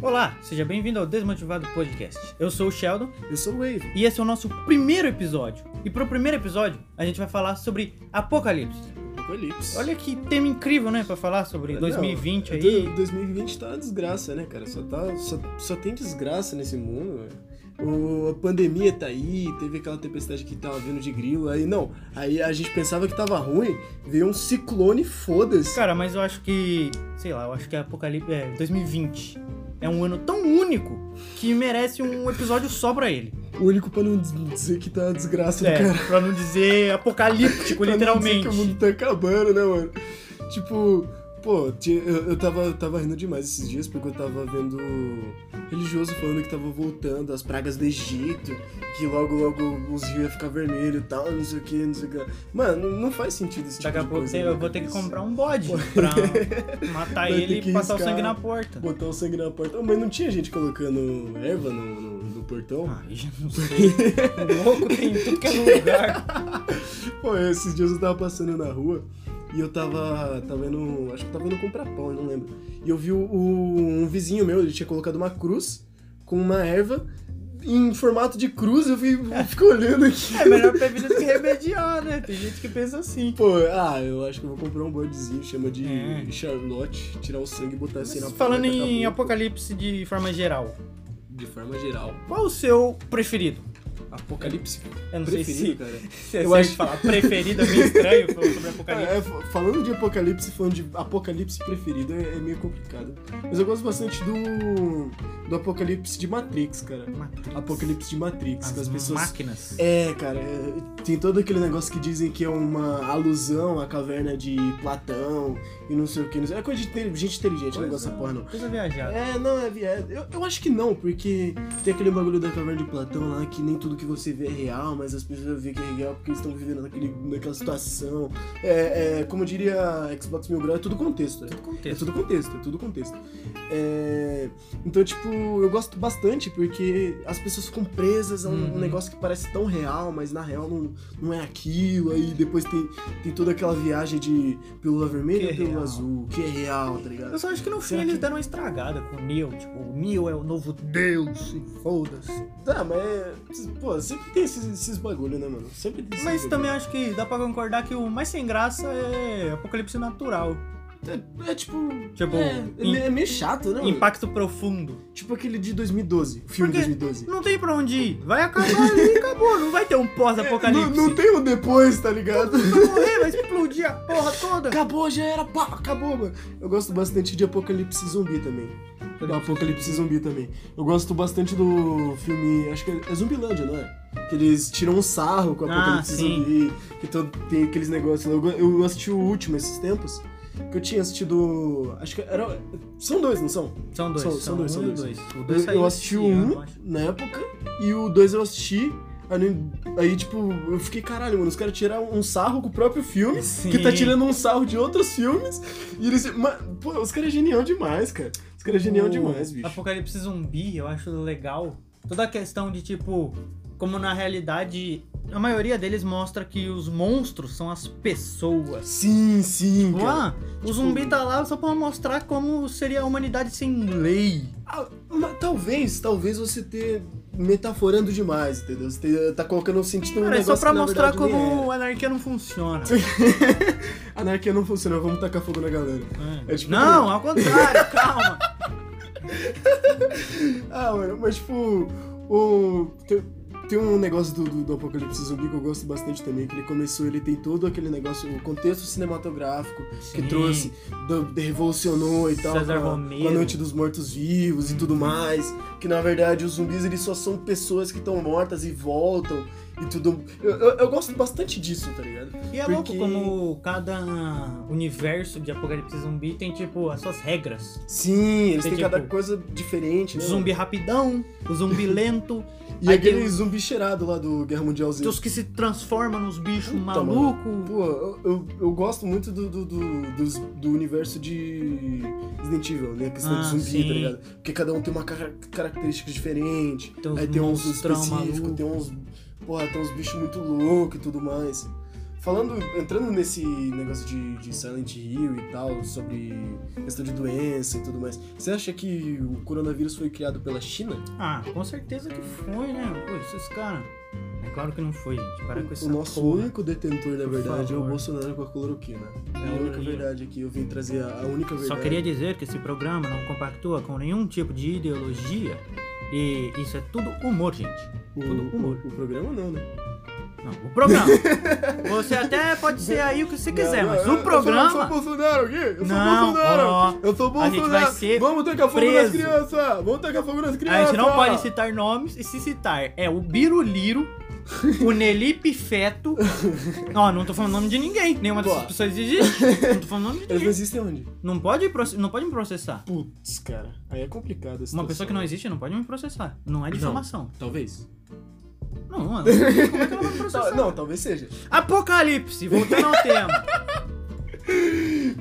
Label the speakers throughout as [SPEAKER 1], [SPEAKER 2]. [SPEAKER 1] Olá, seja bem-vindo ao Desmotivado Podcast. Eu sou o Sheldon
[SPEAKER 2] Eu sou o Wave.
[SPEAKER 1] e esse é o nosso primeiro episódio. E pro primeiro episódio, a gente vai falar sobre Apocalipse.
[SPEAKER 2] Apocalipse.
[SPEAKER 1] Olha que tema incrível, né, pra falar sobre
[SPEAKER 2] Não, é
[SPEAKER 1] 2020 aí.
[SPEAKER 2] do- 2020 tá uma desgraça, né, cara? Só, tá, só, só tem desgraça nesse mundo, velho. O- a pandemia tá aí, teve aquela tempestade que tava vindo de grilo, aí não, aí a gente pensava que tava ruim, veio um ciclone, foda-se.
[SPEAKER 1] Cara, mas eu acho que, sei lá, eu acho que Apocalipse é 2020. É um ano tão único que merece um episódio só pra ele.
[SPEAKER 2] O único pra não des- dizer que tá uma desgraça do
[SPEAKER 1] É,
[SPEAKER 2] cara.
[SPEAKER 1] pra não dizer apocalíptico,
[SPEAKER 2] Pra não dizer
[SPEAKER 1] Tipo, literalmente.
[SPEAKER 2] que o mundo tá acabando, né, mano? Tipo, pô, tinha- eu, eu tava, eu tava rindo demais esses dias porque eu tava vendo religioso falando que tava voltando as pragas do Egito, que logo, logo os rios iam ficar vermelhos e tal, não sei o que, não sei o que. Mano, não faz sentido esse tipo
[SPEAKER 1] Daqui a
[SPEAKER 2] de
[SPEAKER 1] pouco
[SPEAKER 2] coisa.
[SPEAKER 1] eu vou ter que comprar um bode pra matar
[SPEAKER 2] Vai ter
[SPEAKER 1] ele
[SPEAKER 2] que
[SPEAKER 1] e passar o
[SPEAKER 2] riscar.
[SPEAKER 1] sangue na porta.
[SPEAKER 2] Botar o sangue na porta. Oh, mas não tinha gente colocando erva no, no, no portão?
[SPEAKER 1] Ah, já não sei. Louco tem em tudo que é lugar.
[SPEAKER 2] Pô, esses dias eu tava passando na rua e eu tava, tava indo, acho que tava indo comprar pão, eu não lembro. E eu vi o- o- um vizinho meu, ele tinha colocado uma cruz com uma erva em formato de cruz, eu fiquei, eu fico olhando aqui.
[SPEAKER 1] É melhor prevenir do que remediar, né? Tem gente que pensa assim.
[SPEAKER 2] Pô, ah, eu acho que eu vou comprar um bodezinho, chama de
[SPEAKER 1] É.
[SPEAKER 2] Charlotte, tirar o sangue e botar assim na
[SPEAKER 1] Mas falando
[SPEAKER 2] porta,
[SPEAKER 1] em
[SPEAKER 2] acabou.
[SPEAKER 1] apocalipse de forma geral,
[SPEAKER 2] De forma geral.
[SPEAKER 1] qual o seu preferido?
[SPEAKER 2] Apocalipse.
[SPEAKER 1] Eu não sei se,
[SPEAKER 2] Preferido, cara.
[SPEAKER 1] se é
[SPEAKER 2] Eu
[SPEAKER 1] certo
[SPEAKER 2] acho-
[SPEAKER 1] falar preferido é meio estranho falando sobre apocalipse.
[SPEAKER 2] É, fa- falando de apocalipse, falando de apocalipse preferido é, é meio complicado. Mas eu gosto bastante do do apocalipse de Matrix, cara. É. Apocalipse de Matrix, que
[SPEAKER 1] As
[SPEAKER 2] as pessoas
[SPEAKER 1] máquinas.
[SPEAKER 2] é, cara, é, tem todo aquele negócio que dizem que é uma alusão à caverna de Platão e não sei o que. Não sei. É coisa de inte- gente inteligente, eu não
[SPEAKER 3] Pois
[SPEAKER 2] gosta
[SPEAKER 3] é.
[SPEAKER 2] porra, não.
[SPEAKER 1] Coisa viajada.
[SPEAKER 2] É, não, é, é eu, eu acho que não, porque tem aquele bagulho da caverna de Platão lá que nem tudo que você vê é real, mas as pessoas veem que é real porque eles estão vivendo naquele, naquela situação. É, é, como diria Xbox Mil Grau, é tudo contexto, né?
[SPEAKER 1] Tudo
[SPEAKER 2] É
[SPEAKER 1] contexto.
[SPEAKER 2] tudo contexto, é tudo contexto. É, então, tipo, eu gosto bastante porque as pessoas ficam presas a um
[SPEAKER 1] Uhum.
[SPEAKER 2] negócio que parece tão real, mas na real não, não é aquilo. Aí depois tem, tem toda aquela viagem de pílula vermelha
[SPEAKER 1] Que é
[SPEAKER 2] e pílula
[SPEAKER 1] real.
[SPEAKER 2] azul, que é real, tá ligado?
[SPEAKER 1] Eu só acho que no fim
[SPEAKER 2] Será
[SPEAKER 1] eles
[SPEAKER 2] que-
[SPEAKER 1] deram uma estragada com o Neo. Tipo, o Neo é o novo Deus e foda-se.
[SPEAKER 2] Tá, mas. é- Pô, sempre tem esses, esses bagulho, né, mano? Sempre tem esses
[SPEAKER 1] Mas
[SPEAKER 2] bagulho.
[SPEAKER 1] também acho que dá pra concordar que o mais sem graça é Apocalipse Natural.
[SPEAKER 2] É, é tipo.
[SPEAKER 1] Tipo,
[SPEAKER 2] é,
[SPEAKER 1] im-
[SPEAKER 2] é meio chato, né? mano?
[SPEAKER 1] Impacto Profundo.
[SPEAKER 2] Tipo aquele de 2012, o filme
[SPEAKER 1] Por quê?
[SPEAKER 2] 2012.
[SPEAKER 1] Não tem pra onde ir. Vai acabar ali e acabou. Não vai ter um
[SPEAKER 2] Não,
[SPEAKER 1] pós-apocalipse.
[SPEAKER 2] não tem o depois, tá ligado?
[SPEAKER 1] Vai morrer, vai explodir a porra toda.
[SPEAKER 2] Acabou, já era, pá, acabou, mano. Eu gosto bastante de Apocalipse Zumbi também. Do Apocalipse Zumbi também. Eu gosto bastante do filme, acho que é, é Zumbilândia, não é? Que eles tiram um sarro com o
[SPEAKER 1] Ah,
[SPEAKER 2] Apocalipse
[SPEAKER 1] sim.
[SPEAKER 2] Zumbi, que todo, tem aqueles negócios. lá. Eu, go- eu assisti o último esses tempos, que eu tinha assistido, acho que era... São dois, não são?
[SPEAKER 1] São dois.
[SPEAKER 2] São-
[SPEAKER 1] São,
[SPEAKER 2] são dois,
[SPEAKER 1] um
[SPEAKER 2] são
[SPEAKER 1] e
[SPEAKER 2] dois.
[SPEAKER 1] dois. O dois
[SPEAKER 2] Eu,
[SPEAKER 1] saiu
[SPEAKER 2] eu assisti o
[SPEAKER 1] esse ano,
[SPEAKER 2] um
[SPEAKER 1] eu acho.
[SPEAKER 2] na época e o dois eu assisti. Aí, não- aí, tipo, eu fiquei, caralho, mano, os caras tiraram um sarro com o próprio filme,
[SPEAKER 1] Sim.
[SPEAKER 2] que tá tirando um sarro de outros filmes. E eles. ma- pô, os caras é genial demais, cara. Os caras é genial
[SPEAKER 1] O
[SPEAKER 2] demais, bicho.
[SPEAKER 1] Apocalipse zumbi, eu acho legal. Toda a questão de tipo, como na realidade, a maioria deles mostra que os monstros são as pessoas.
[SPEAKER 2] Sim, sim,
[SPEAKER 1] Tipo, ah,
[SPEAKER 2] cara.
[SPEAKER 1] o zumbi tá lá só pra mostrar como seria a humanidade sem lei.
[SPEAKER 2] Ah, mas talvez, talvez você ter metaforando demais, entendeu? Você ter- tá colocando um sentido um
[SPEAKER 1] Cara, é só
[SPEAKER 2] negócio
[SPEAKER 1] pra
[SPEAKER 2] que, na
[SPEAKER 1] mostrar
[SPEAKER 2] verdade, é- nem
[SPEAKER 1] como a anarquia não funciona.
[SPEAKER 2] é. Anarquia não funciona, vamos tacar fogo na galera.
[SPEAKER 1] É.
[SPEAKER 2] É tipo-
[SPEAKER 1] não, ao contrário, calma.
[SPEAKER 2] Ah, mano, mas tipo, o. Tem, tem um negócio do, do, do Apocalipse Zumbi que eu gosto bastante também, que ele começou, ele tem todo aquele negócio, o contexto cinematográfico
[SPEAKER 1] Sim.
[SPEAKER 2] que trouxe, do- de- revolucionou e tal.
[SPEAKER 1] César
[SPEAKER 2] com a-
[SPEAKER 1] Romero. Uhum.
[SPEAKER 2] com a Noite dos Mortos-Vivos e tudo mais. Que na verdade os zumbis eles só são pessoas que estão mortas e voltam e tudo. Eu, eu, eu gosto bastante disso, tá ligado?
[SPEAKER 1] E é
[SPEAKER 2] Porque-
[SPEAKER 1] louco como cada universo de Apocalipse zumbi tem tipo as suas regras.
[SPEAKER 2] Sim, eles
[SPEAKER 1] Tem
[SPEAKER 2] têm cada
[SPEAKER 1] tipo-
[SPEAKER 2] coisa diferente, né?
[SPEAKER 1] Zumbi rapidão, o zumbi lento,
[SPEAKER 2] E
[SPEAKER 1] Aí
[SPEAKER 2] aquele
[SPEAKER 1] tem- um
[SPEAKER 2] zumbi cheirado lá do Guerra Mundial Z.
[SPEAKER 1] Tem os que se transformam nos bichos
[SPEAKER 2] Puta,
[SPEAKER 1] malucos.
[SPEAKER 2] Pô, eu, eu, eu gosto muito do, do, do, dos- do universo de Resident Evil, né? A questão
[SPEAKER 1] Ah,
[SPEAKER 2] do zumbi,
[SPEAKER 1] sim.
[SPEAKER 2] tá ligado? Porque cada um tem uma car característica diferente.
[SPEAKER 1] Tem uns
[SPEAKER 2] aí tem uns
[SPEAKER 1] monstrão
[SPEAKER 2] específicos,
[SPEAKER 1] maluco.
[SPEAKER 2] tem uns. Porra, tem uns bichos muito loucos e tudo mais. Falando, entrando nesse negócio de, de Silent Hill e tal, sobre questão de doença e tudo mais, você acha que o coronavírus foi criado pela China?
[SPEAKER 1] Ah, com certeza que foi, né? Pô, esses caras. É claro que não foi, gente. Para né, com essa
[SPEAKER 2] o nosso
[SPEAKER 1] porra.
[SPEAKER 2] único detentor, na
[SPEAKER 1] Por
[SPEAKER 2] verdade, é o
[SPEAKER 1] favor.
[SPEAKER 2] Bolsonaro com a cloroquina. É a
[SPEAKER 1] Olha
[SPEAKER 2] única
[SPEAKER 1] aí.
[SPEAKER 2] verdade aqui. Eu vim trazer a, a única verdade.
[SPEAKER 1] Só queria dizer que esse programa não compactua com nenhum tipo de ideologia. E isso é tudo humor, gente.
[SPEAKER 2] o,
[SPEAKER 1] tudo humor.
[SPEAKER 2] o, o programa não, né?
[SPEAKER 1] Não, o programa. Você até pode ser aí o que você quiser,
[SPEAKER 2] Não,
[SPEAKER 1] mas
[SPEAKER 2] eu-
[SPEAKER 1] o programa.
[SPEAKER 2] Eu sou, eu sou Bolsonaro aqui! Eu sou
[SPEAKER 1] Não,
[SPEAKER 2] Bolsonaro!
[SPEAKER 1] ó,
[SPEAKER 2] eu sou
[SPEAKER 1] a
[SPEAKER 2] Bolsonaro!
[SPEAKER 1] gente vai ser
[SPEAKER 2] Vamos tacar fogo nas
[SPEAKER 1] preso.
[SPEAKER 2] crianças! Vamos tacar fogo nas
[SPEAKER 1] A
[SPEAKER 2] crianças!
[SPEAKER 1] gente não pode citar nomes, e se citar é o Biruliro, o Nelipe Feto. Ó, não tô falando nome de ninguém, nenhuma dessas
[SPEAKER 2] Boa.
[SPEAKER 1] pessoas existe. Não tô falando nome de
[SPEAKER 2] Eles não
[SPEAKER 1] ninguém.
[SPEAKER 2] existem onde?
[SPEAKER 1] Não pode, proce- não pode me processar.
[SPEAKER 2] Putz, cara. Aí é complicado essa
[SPEAKER 1] Uma pessoa que não existe não pode me processar. Não é difamação.
[SPEAKER 2] Talvez.
[SPEAKER 1] Não, mano, como é que eu não vou me processar?
[SPEAKER 2] não, tá- talvez seja.
[SPEAKER 1] Apocalipse, voltando ao tema.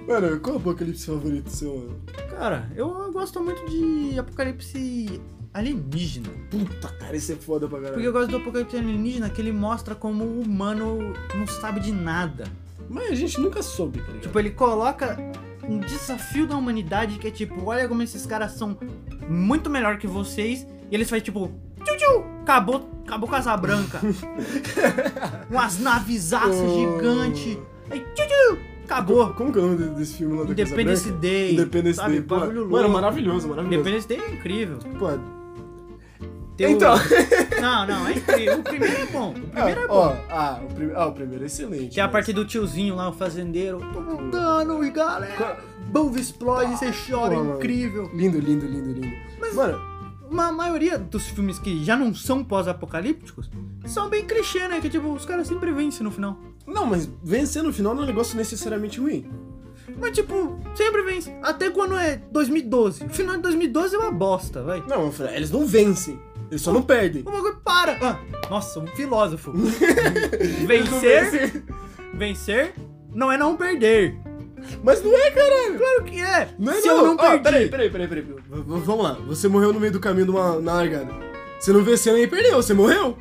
[SPEAKER 2] Mano, qual é o apocalipse favorito seu, mano?
[SPEAKER 1] Cara, eu gosto muito de apocalipse alienígena.
[SPEAKER 2] Puta, cara, esse é foda pra
[SPEAKER 1] Porque
[SPEAKER 2] caralho.
[SPEAKER 1] eu gosto do apocalipse alienígena que ele mostra como o humano não sabe de nada.
[SPEAKER 2] Mas a gente nunca soube, tá ligado?
[SPEAKER 1] Tipo, ele coloca um desafio da humanidade que é tipo, olha como esses caras são muito melhor que vocês. E eles fazem tipo, tchu tchu, acabou, acabou Casa Branca. Umas navizaças
[SPEAKER 2] Oh.
[SPEAKER 1] gigantes. Aí tchu tchu, acabou.
[SPEAKER 2] Como que é o nome desse filme lá do Casa
[SPEAKER 1] Independence
[SPEAKER 2] Branca?
[SPEAKER 1] Day.
[SPEAKER 2] Independence
[SPEAKER 1] sabe?
[SPEAKER 2] Day. pô.
[SPEAKER 1] Bagulho louco.
[SPEAKER 2] Mano, maravilhoso, maravilhoso.
[SPEAKER 1] Independence Day é incrível.
[SPEAKER 2] Pô,
[SPEAKER 1] Tem o-
[SPEAKER 2] Então.
[SPEAKER 1] Não, não, é incrível. O primeiro é bom. O primeiro é bom.
[SPEAKER 2] ó, ah, o prim- ah, o primeiro é excelente.
[SPEAKER 1] Tem a
[SPEAKER 2] mas-
[SPEAKER 1] parte do tiozinho lá, o fazendeiro. Tô voltando, e galera.
[SPEAKER 2] Cara,
[SPEAKER 1] Bomba explode, você chora,
[SPEAKER 2] Pô, mano.
[SPEAKER 1] incrível.
[SPEAKER 2] Lindo, lindo, lindo, lindo. Mano,
[SPEAKER 1] Mas a maioria dos filmes que já não são pós-apocalípticos são bem clichê, né? Que tipo, os caras sempre vencem no final.
[SPEAKER 2] não, mas vencer no final não é um negócio necessariamente ruim.
[SPEAKER 1] Mas tipo, sempre vence. Até quando é 2012. O final de 2012 é uma bosta, vai.
[SPEAKER 2] Não, eu falei, eles não vencem. Eles só não perdem.
[SPEAKER 1] O bagulho para. Ah, nossa, um filósofo. vencer, vencer não é não perder.
[SPEAKER 2] Mas não é, caralho.
[SPEAKER 1] Claro que é.
[SPEAKER 2] Não é,
[SPEAKER 1] Se
[SPEAKER 2] não.
[SPEAKER 1] eu não
[SPEAKER 2] Ó,
[SPEAKER 1] perdi.
[SPEAKER 2] peraí, peraí, peraí, peraí. V- v- Vamos lá. Você morreu no meio do caminho de uma, na largada. Você não venceu nem perdeu. Você morreu.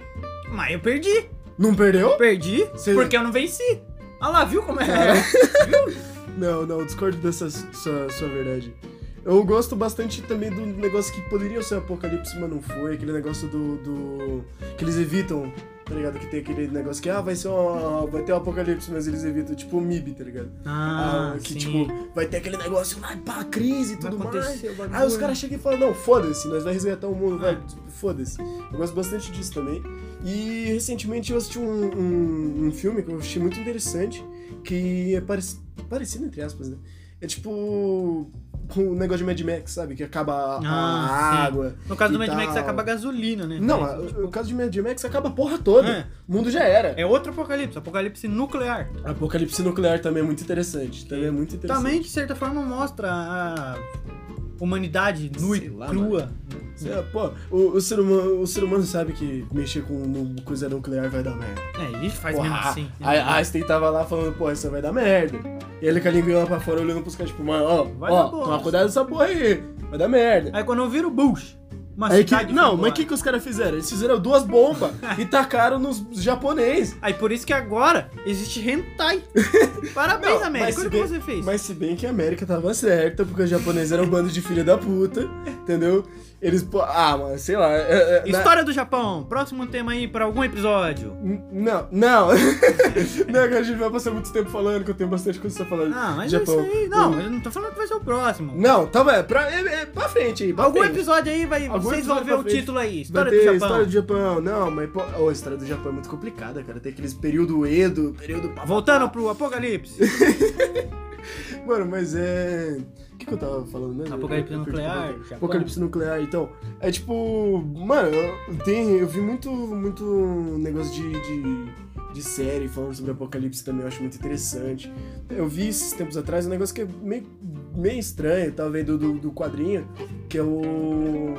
[SPEAKER 1] Mas eu perdi.
[SPEAKER 2] Não perdeu?
[SPEAKER 1] Perdi
[SPEAKER 2] Cê-
[SPEAKER 1] porque eu não venci. Ah lá, viu como é?
[SPEAKER 2] Não, não, eu discordo dessa sua, sua verdade. Eu gosto bastante também do negócio que poderia ser apocalipse, mas não foi. Aquele negócio do. do- que eles evitam, tá ligado? Que tem aquele negócio que, ah, vai ser um. Vai ter um apocalipse, mas eles evitam, tipo o MIB, tá ligado?
[SPEAKER 1] Ah,
[SPEAKER 2] que
[SPEAKER 1] sim.
[SPEAKER 2] tipo, vai ter aquele negócio lá, pá, crise e
[SPEAKER 1] Vai
[SPEAKER 2] tudo mais.
[SPEAKER 1] acontecer o bagulho. Ah.
[SPEAKER 2] Aí os caras chegam e falam, não, foda-se, nós vai resgatar o mundo, vai, foda-se. Eu gosto bastante disso também. E recentemente eu assisti um, um, um filme que eu achei muito interessante, que é parec- parecido, entre aspas, né? É tipo um negócio de Mad Max, sabe? Que acaba a, a
[SPEAKER 1] Ah, sim.
[SPEAKER 2] água.
[SPEAKER 1] No caso do
[SPEAKER 2] e
[SPEAKER 1] Mad Max
[SPEAKER 2] tal.
[SPEAKER 1] acaba a gasolina, né?
[SPEAKER 2] Não,
[SPEAKER 1] Mas,
[SPEAKER 2] a-
[SPEAKER 1] tipo,
[SPEAKER 2] o caso de Mad Max acaba a porra toda.
[SPEAKER 1] É.
[SPEAKER 2] O mundo já era.
[SPEAKER 1] é outro apocalipse, apocalipse nuclear.
[SPEAKER 2] Apocalipse nuclear também é muito interessante. Também é muito interessante.
[SPEAKER 1] Também, de certa forma, mostra a humanidade nua
[SPEAKER 2] Sei
[SPEAKER 1] e
[SPEAKER 2] lá,
[SPEAKER 1] crua.
[SPEAKER 2] É, pô, o, o ser humano, o ser humano sabe que mexer com uma coisa nuclear vai dar merda.
[SPEAKER 1] É, e faz
[SPEAKER 2] Porra,
[SPEAKER 1] mesmo assim.
[SPEAKER 2] a, a Einstein tava lá falando, pô, isso vai dar merda. E ele com a linguinha lá pra fora olhando pros caras, tipo, mano, ó,
[SPEAKER 1] Vai
[SPEAKER 2] ó,
[SPEAKER 1] dar né? bosta.
[SPEAKER 2] toma cuidado dessa porra aí, vai dar merda.
[SPEAKER 1] Aí quando eu viro Bush, uma
[SPEAKER 2] Aí que-
[SPEAKER 1] cidade... foi
[SPEAKER 2] não, mas o
[SPEAKER 1] embora.
[SPEAKER 2] que, que os caras fizeram? Eles fizeram duas bombas e tacaram nos japoneses.
[SPEAKER 1] Aí por isso que agora existe hentai. Parabéns,
[SPEAKER 2] Não, mas
[SPEAKER 1] América.
[SPEAKER 2] se
[SPEAKER 1] Olha o que
[SPEAKER 2] bem-
[SPEAKER 1] você fez.
[SPEAKER 2] Mas se bem que a América tava certa, porque os japoneses eram um bando de filha da puta, entendeu? Eles, pô, ah, mano, sei lá. é- é- na-
[SPEAKER 1] História do Japão. Próximo tema aí pra algum episódio.
[SPEAKER 2] N- Não, não. não, que a gente vai passar muito tempo falando, que eu tenho bastante coisa pra falar.
[SPEAKER 1] Ah, mas
[SPEAKER 2] Japão.
[SPEAKER 1] é isso aí. Não, eu não tô falando que vai ser o próximo.
[SPEAKER 2] Não, tá, é pra, é, é pra frente aí. Pra
[SPEAKER 1] Algum
[SPEAKER 2] frente.
[SPEAKER 1] episódio aí vai.
[SPEAKER 2] Algum
[SPEAKER 1] vocês vão
[SPEAKER 2] episódio
[SPEAKER 1] ver
[SPEAKER 2] pra
[SPEAKER 1] o
[SPEAKER 2] frente.
[SPEAKER 1] título aí.
[SPEAKER 2] Vai
[SPEAKER 1] História
[SPEAKER 2] ter
[SPEAKER 1] do Japão.
[SPEAKER 2] história do Japão, não, mas pô, oh, a história do Japão é muito complicada, cara. Tem aqueles período Edo, período. pá, pá,
[SPEAKER 1] Voltando
[SPEAKER 2] pá.
[SPEAKER 1] pro Apocalipse.
[SPEAKER 2] Mano, mas é. O que, que eu tava falando mesmo?
[SPEAKER 1] Apocalipse
[SPEAKER 2] Eu- eu perdi
[SPEAKER 1] nuclear,
[SPEAKER 2] o ponto.
[SPEAKER 1] Japão.
[SPEAKER 2] Apocalipse nuclear, então. É tipo. Mano, eu- tem, eu vi muito, muito negócio de, de, de série falando sobre apocalipse também, eu acho muito interessante. Eu vi esses tempos atrás um negócio que é meio, meio estranho, talvez do, do, do quadrinho, que é o.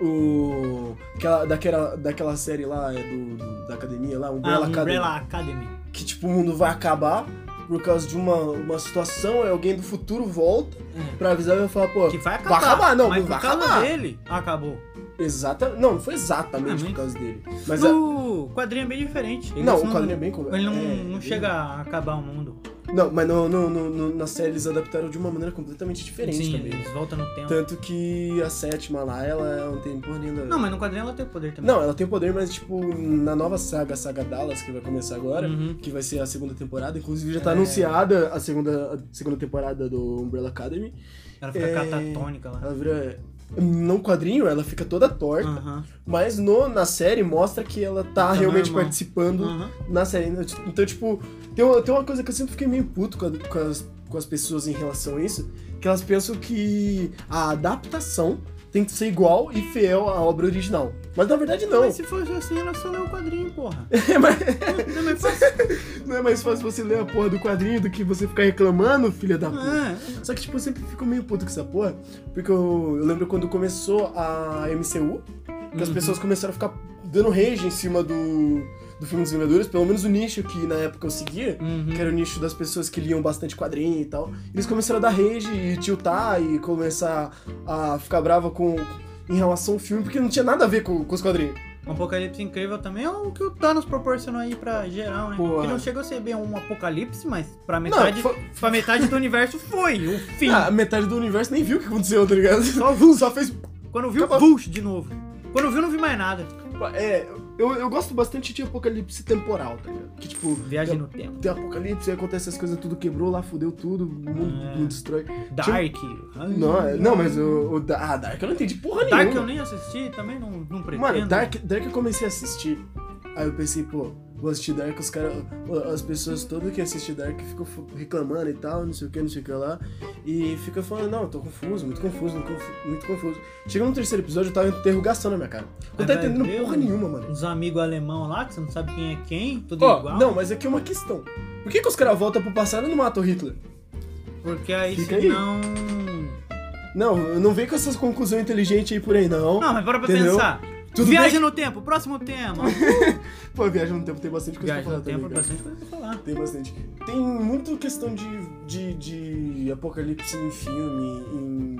[SPEAKER 2] O. Aquela, daquela, daquela série lá, é do, do- da academia lá,
[SPEAKER 1] Ah,
[SPEAKER 2] Umbrella Academy
[SPEAKER 1] Umbrella Academy.
[SPEAKER 2] que tipo o mundo vai acabar por causa de uma, uma situação, aí alguém do futuro volta
[SPEAKER 1] É.
[SPEAKER 2] pra avisar e vai falar, pô,
[SPEAKER 1] Que vai acabar.
[SPEAKER 2] acabar, não,
[SPEAKER 1] mas
[SPEAKER 2] vai
[SPEAKER 1] por causa
[SPEAKER 2] acabar.
[SPEAKER 1] dele, acabou.
[SPEAKER 2] Exata... Não, não foi exatamente por
[SPEAKER 1] Exatamente.
[SPEAKER 2] causa dele. Mas a-
[SPEAKER 1] no quadrinho é bem diferente. Eles
[SPEAKER 2] Não, o quadrinho é bem com-
[SPEAKER 1] Ele não,
[SPEAKER 2] é,
[SPEAKER 1] não
[SPEAKER 2] ele-
[SPEAKER 1] chega a acabar o mundo.
[SPEAKER 2] Não, mas no, no, no- no- na série eles adaptaram de uma maneira completamente diferente
[SPEAKER 1] Sim,
[SPEAKER 2] também. Então-
[SPEAKER 1] eles voltam no tempo.
[SPEAKER 2] Tanto que a sétima lá, ela é um não tem porra nenhuma.
[SPEAKER 1] Não, mas no quadrinho ela tem o poder também.
[SPEAKER 2] Não, ela tem poder, mas tipo, na nova saga, a saga Dallas, que vai começar agora,
[SPEAKER 1] Uhum.
[SPEAKER 2] que vai ser a segunda temporada, inclusive já tá
[SPEAKER 1] É.
[SPEAKER 2] anunciada a segunda, a segunda temporada do Umbrella Academy.
[SPEAKER 1] Ela fica
[SPEAKER 2] É.
[SPEAKER 1] catatônica lá.
[SPEAKER 2] Ela vira. No quadrinho, ela fica toda torta,
[SPEAKER 1] Aham.
[SPEAKER 2] mas no, na série mostra que ela tá
[SPEAKER 1] Ah. Tá
[SPEAKER 2] realmente
[SPEAKER 1] normal. Ah.
[SPEAKER 2] participando
[SPEAKER 1] Aham.
[SPEAKER 2] na série. né? Então, tipo, tem uma, tem uma coisa que eu sempre fiquei meio puto com, a- com as, com as pessoas em relação a isso, que elas pensam que a adaptação tem que ser igual e fiel à obra original. Mas na verdade não. É.
[SPEAKER 1] Mas se fosse assim, ela só lê o quadrinho, porra.
[SPEAKER 2] Mas
[SPEAKER 1] Não, é mas faz-
[SPEAKER 2] não é mais fácil você ler a porra do quadrinho do que você ficar reclamando, filha da puta.
[SPEAKER 1] É.
[SPEAKER 2] Só que, tipo, eu sempre fico meio puto com essa porra, porque eu, eu lembro quando começou a MCU, que as
[SPEAKER 1] Uhum.
[SPEAKER 2] pessoas começaram a ficar dando rage em cima do, do filme dos Vingadores, pelo menos o nicho que na época eu seguia,
[SPEAKER 1] Uhum.
[SPEAKER 2] que era o nicho das pessoas que liam bastante quadrinho e tal. Eles começaram a dar rage e tiltar e começar a ficar brava com em relação ao filme, porque não tinha nada a ver com, com os quadrinhos.
[SPEAKER 1] Um apocalipse incrível também é o que o Thanos proporcionou aí pra geral, né?
[SPEAKER 2] Porra.
[SPEAKER 1] Que não chegou a ser bem um apocalipse, mas pra
[SPEAKER 2] Não,
[SPEAKER 1] metade,
[SPEAKER 2] foi-
[SPEAKER 1] pra metade do universo foi o fim.
[SPEAKER 2] Ah, a metade do universo nem viu o que aconteceu, tá ligado? Só, só fez.
[SPEAKER 1] Quando viu,
[SPEAKER 2] acabou.
[SPEAKER 1] push de novo. Quando viu, não vi mais nada.
[SPEAKER 2] É, eu, eu gosto bastante de apocalipse temporal, tá ligado? Que tipo.
[SPEAKER 1] Viagem
[SPEAKER 2] tem-
[SPEAKER 1] no tempo.
[SPEAKER 2] Tem apocalipse, aí acontece as coisas, tudo quebrou lá, fudeu tudo, o mundo,
[SPEAKER 1] É.
[SPEAKER 2] mundo destrói.
[SPEAKER 1] Dark.
[SPEAKER 2] Não, é- não mas o, o da- Ah, Dark eu não entendi porra nenhuma.
[SPEAKER 1] Dark eu nem assisti, também não, não pretendo.
[SPEAKER 2] Mano, Dark, Dark eu comecei a assistir. Aí eu pensei, pô, vou assistir Dark, os caras. As pessoas todas que assistem Dark ficam fu- reclamando e tal, não sei o que, não sei o que lá. E fica falando, não, eu tô confuso, muito confuso, muito confuso, muito confuso. Chega no terceiro episódio, eu tava em interrogação na minha
[SPEAKER 1] É
[SPEAKER 2] cara. Eu Não tá
[SPEAKER 1] Ai, vai
[SPEAKER 2] entendendo
[SPEAKER 1] ver,
[SPEAKER 2] porra
[SPEAKER 1] mano.
[SPEAKER 2] nenhuma, mano.
[SPEAKER 1] Uns amigos alemão lá, que você não sabe quem é quem, tudo
[SPEAKER 2] Ó,
[SPEAKER 1] igual.
[SPEAKER 2] não, mas aqui é uma questão. Por que, que os caras voltam pro passado e não matam o Hitler?
[SPEAKER 1] Porque aí
[SPEAKER 2] Fica aí.
[SPEAKER 1] senão.
[SPEAKER 2] Não, não vem com essas conclusões inteligentes aí por aí, não.
[SPEAKER 1] Não, mas bora pra
[SPEAKER 2] Entendeu?
[SPEAKER 1] pensar.
[SPEAKER 2] Tudo
[SPEAKER 1] Viagem
[SPEAKER 2] bem
[SPEAKER 1] no tempo, próximo tema.
[SPEAKER 2] que- Pô, viagem no tempo tem bastante coisa
[SPEAKER 1] Viagem
[SPEAKER 2] pra falar
[SPEAKER 1] no tempo, é
[SPEAKER 2] também, cara.
[SPEAKER 1] bastante coisa pra falar.
[SPEAKER 2] Tem bastante. Tem muito questão de, de, de apocalipse em filme, em,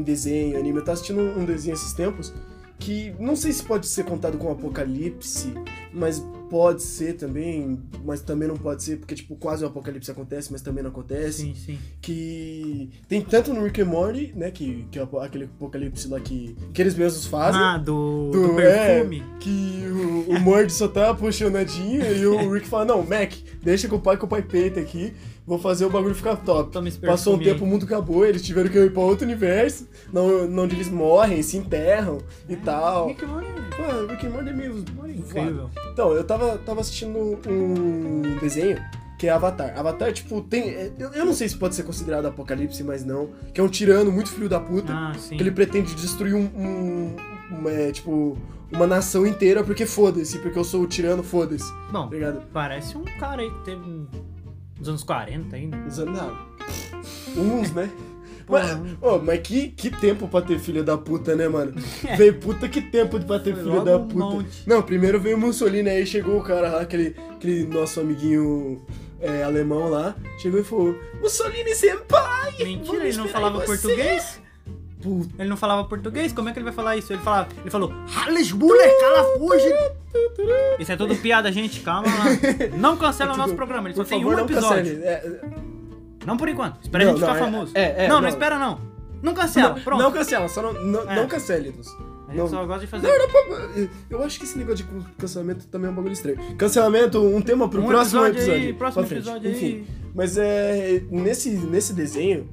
[SPEAKER 2] em desenho, anime. Eu tava assistindo um um desenho esses tempos que não sei se pode ser contado com apocalipse, mas pode ser também, mas também não pode ser, porque tipo, quase o apocalipse acontece, mas também não acontece.
[SPEAKER 1] Sim, sim.
[SPEAKER 2] Que tem tanto no Rick and Morty, né, que, que é o apo- aquele apocalipse lá que, que eles mesmos fazem.
[SPEAKER 1] Ah, do,
[SPEAKER 2] um Do-
[SPEAKER 1] do perfume.
[SPEAKER 2] é, que o, o Mord só tá apaixonadinho e o Rick fala, não, Mac, deixa com o pai, que o pai peita aqui, vou fazer o bagulho ficar top.
[SPEAKER 1] Toma esse
[SPEAKER 2] Passou um
[SPEAKER 1] perfume
[SPEAKER 2] tempo, o
[SPEAKER 1] aí.
[SPEAKER 2] mundo acabou, eles tiveram que ir pra outro universo, não, não onde eles morrem, se enterram e tal.
[SPEAKER 1] Rick and Morty
[SPEAKER 2] Pô, o Rick and Morty é meio
[SPEAKER 1] é
[SPEAKER 2] voado.
[SPEAKER 1] incrível.
[SPEAKER 2] Então, eu tava, tava assistindo um desenho que é Avatar. Avatar, tipo, tem... é, Eu, eu não sei se pode ser considerado apocalipse, mas não. Que é um tirano muito filho da puta.
[SPEAKER 1] Ah, sim.
[SPEAKER 2] Que ele pretende destruir um, um- uma, é, tipo, uma nação inteira porque foda-se, porque eu sou o tirano, foda-se. tá
[SPEAKER 1] Bom,
[SPEAKER 2] Obrigado.
[SPEAKER 1] parece um cara aí que teve um- nos anos 40 ainda.
[SPEAKER 2] Não. Uns, né?
[SPEAKER 1] Porra,
[SPEAKER 2] Mas,
[SPEAKER 1] um-
[SPEAKER 2] ô, mas que, que tempo pra ter filho da puta, né, mano? Veio puta que tempo pra ter
[SPEAKER 1] Foi
[SPEAKER 2] filho
[SPEAKER 1] logo
[SPEAKER 2] da
[SPEAKER 1] um
[SPEAKER 2] puta.
[SPEAKER 1] monte.
[SPEAKER 2] Não, primeiro veio o Mussolini, aí chegou o cara lá, aquele, aquele nosso amiguinho é, alemão lá, chegou e falou: Mussolini senpai!
[SPEAKER 1] Mentira,
[SPEAKER 2] vamos
[SPEAKER 1] ele não
[SPEAKER 2] esperar
[SPEAKER 1] falava
[SPEAKER 2] você.
[SPEAKER 1] português?
[SPEAKER 2] Puta,
[SPEAKER 1] Ele não falava português? Como é que ele vai falar isso? Ele, falava, ele falou, Halles Buller, cala fuge! Isso é tudo piada, gente, calma lá. Não cancela o nosso programa, ele só
[SPEAKER 2] É por
[SPEAKER 1] tem
[SPEAKER 2] favor,
[SPEAKER 1] um
[SPEAKER 2] não
[SPEAKER 1] episódio.
[SPEAKER 2] cancele. É,
[SPEAKER 1] Não por enquanto, espera
[SPEAKER 2] Não,
[SPEAKER 1] a gente
[SPEAKER 2] não,
[SPEAKER 1] ficar
[SPEAKER 2] é-
[SPEAKER 1] famoso.
[SPEAKER 2] é, é,
[SPEAKER 1] não, não,
[SPEAKER 2] não.
[SPEAKER 1] espera não. Não cancela, pronto.
[SPEAKER 2] Não cancela, só não, não,
[SPEAKER 1] É.
[SPEAKER 2] não cancele-nos.
[SPEAKER 1] a gente
[SPEAKER 2] não-
[SPEAKER 1] só gosta de fazer
[SPEAKER 2] Não, não, pô, eu acho que esse negócio de cancelamento também é um bagulho estranho. Cancelamento, um tema pro
[SPEAKER 1] um
[SPEAKER 2] próximo
[SPEAKER 1] episódio,
[SPEAKER 2] episódio.
[SPEAKER 1] aí, próximo
[SPEAKER 2] pra frente.
[SPEAKER 1] episódio
[SPEAKER 2] Enfim,
[SPEAKER 1] aí.
[SPEAKER 2] mas é. Nesse, nesse desenho,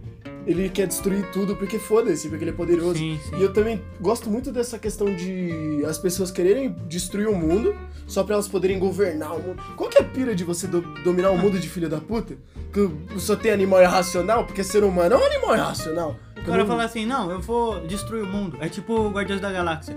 [SPEAKER 2] ele quer destruir tudo porque foda-se, porque ele é poderoso.
[SPEAKER 1] Sim, sim.
[SPEAKER 2] E eu também gosto muito dessa questão de as pessoas quererem destruir o mundo só pra elas poderem governar o mundo. Qual que é a pira de você do- dominar o mundo de filho da puta? Que só tem animal irracional? Porque ser humano é um animal irracional.
[SPEAKER 1] O cara fala assim, não, eu vou destruir o mundo. É tipo o Guardiões da Galáxia.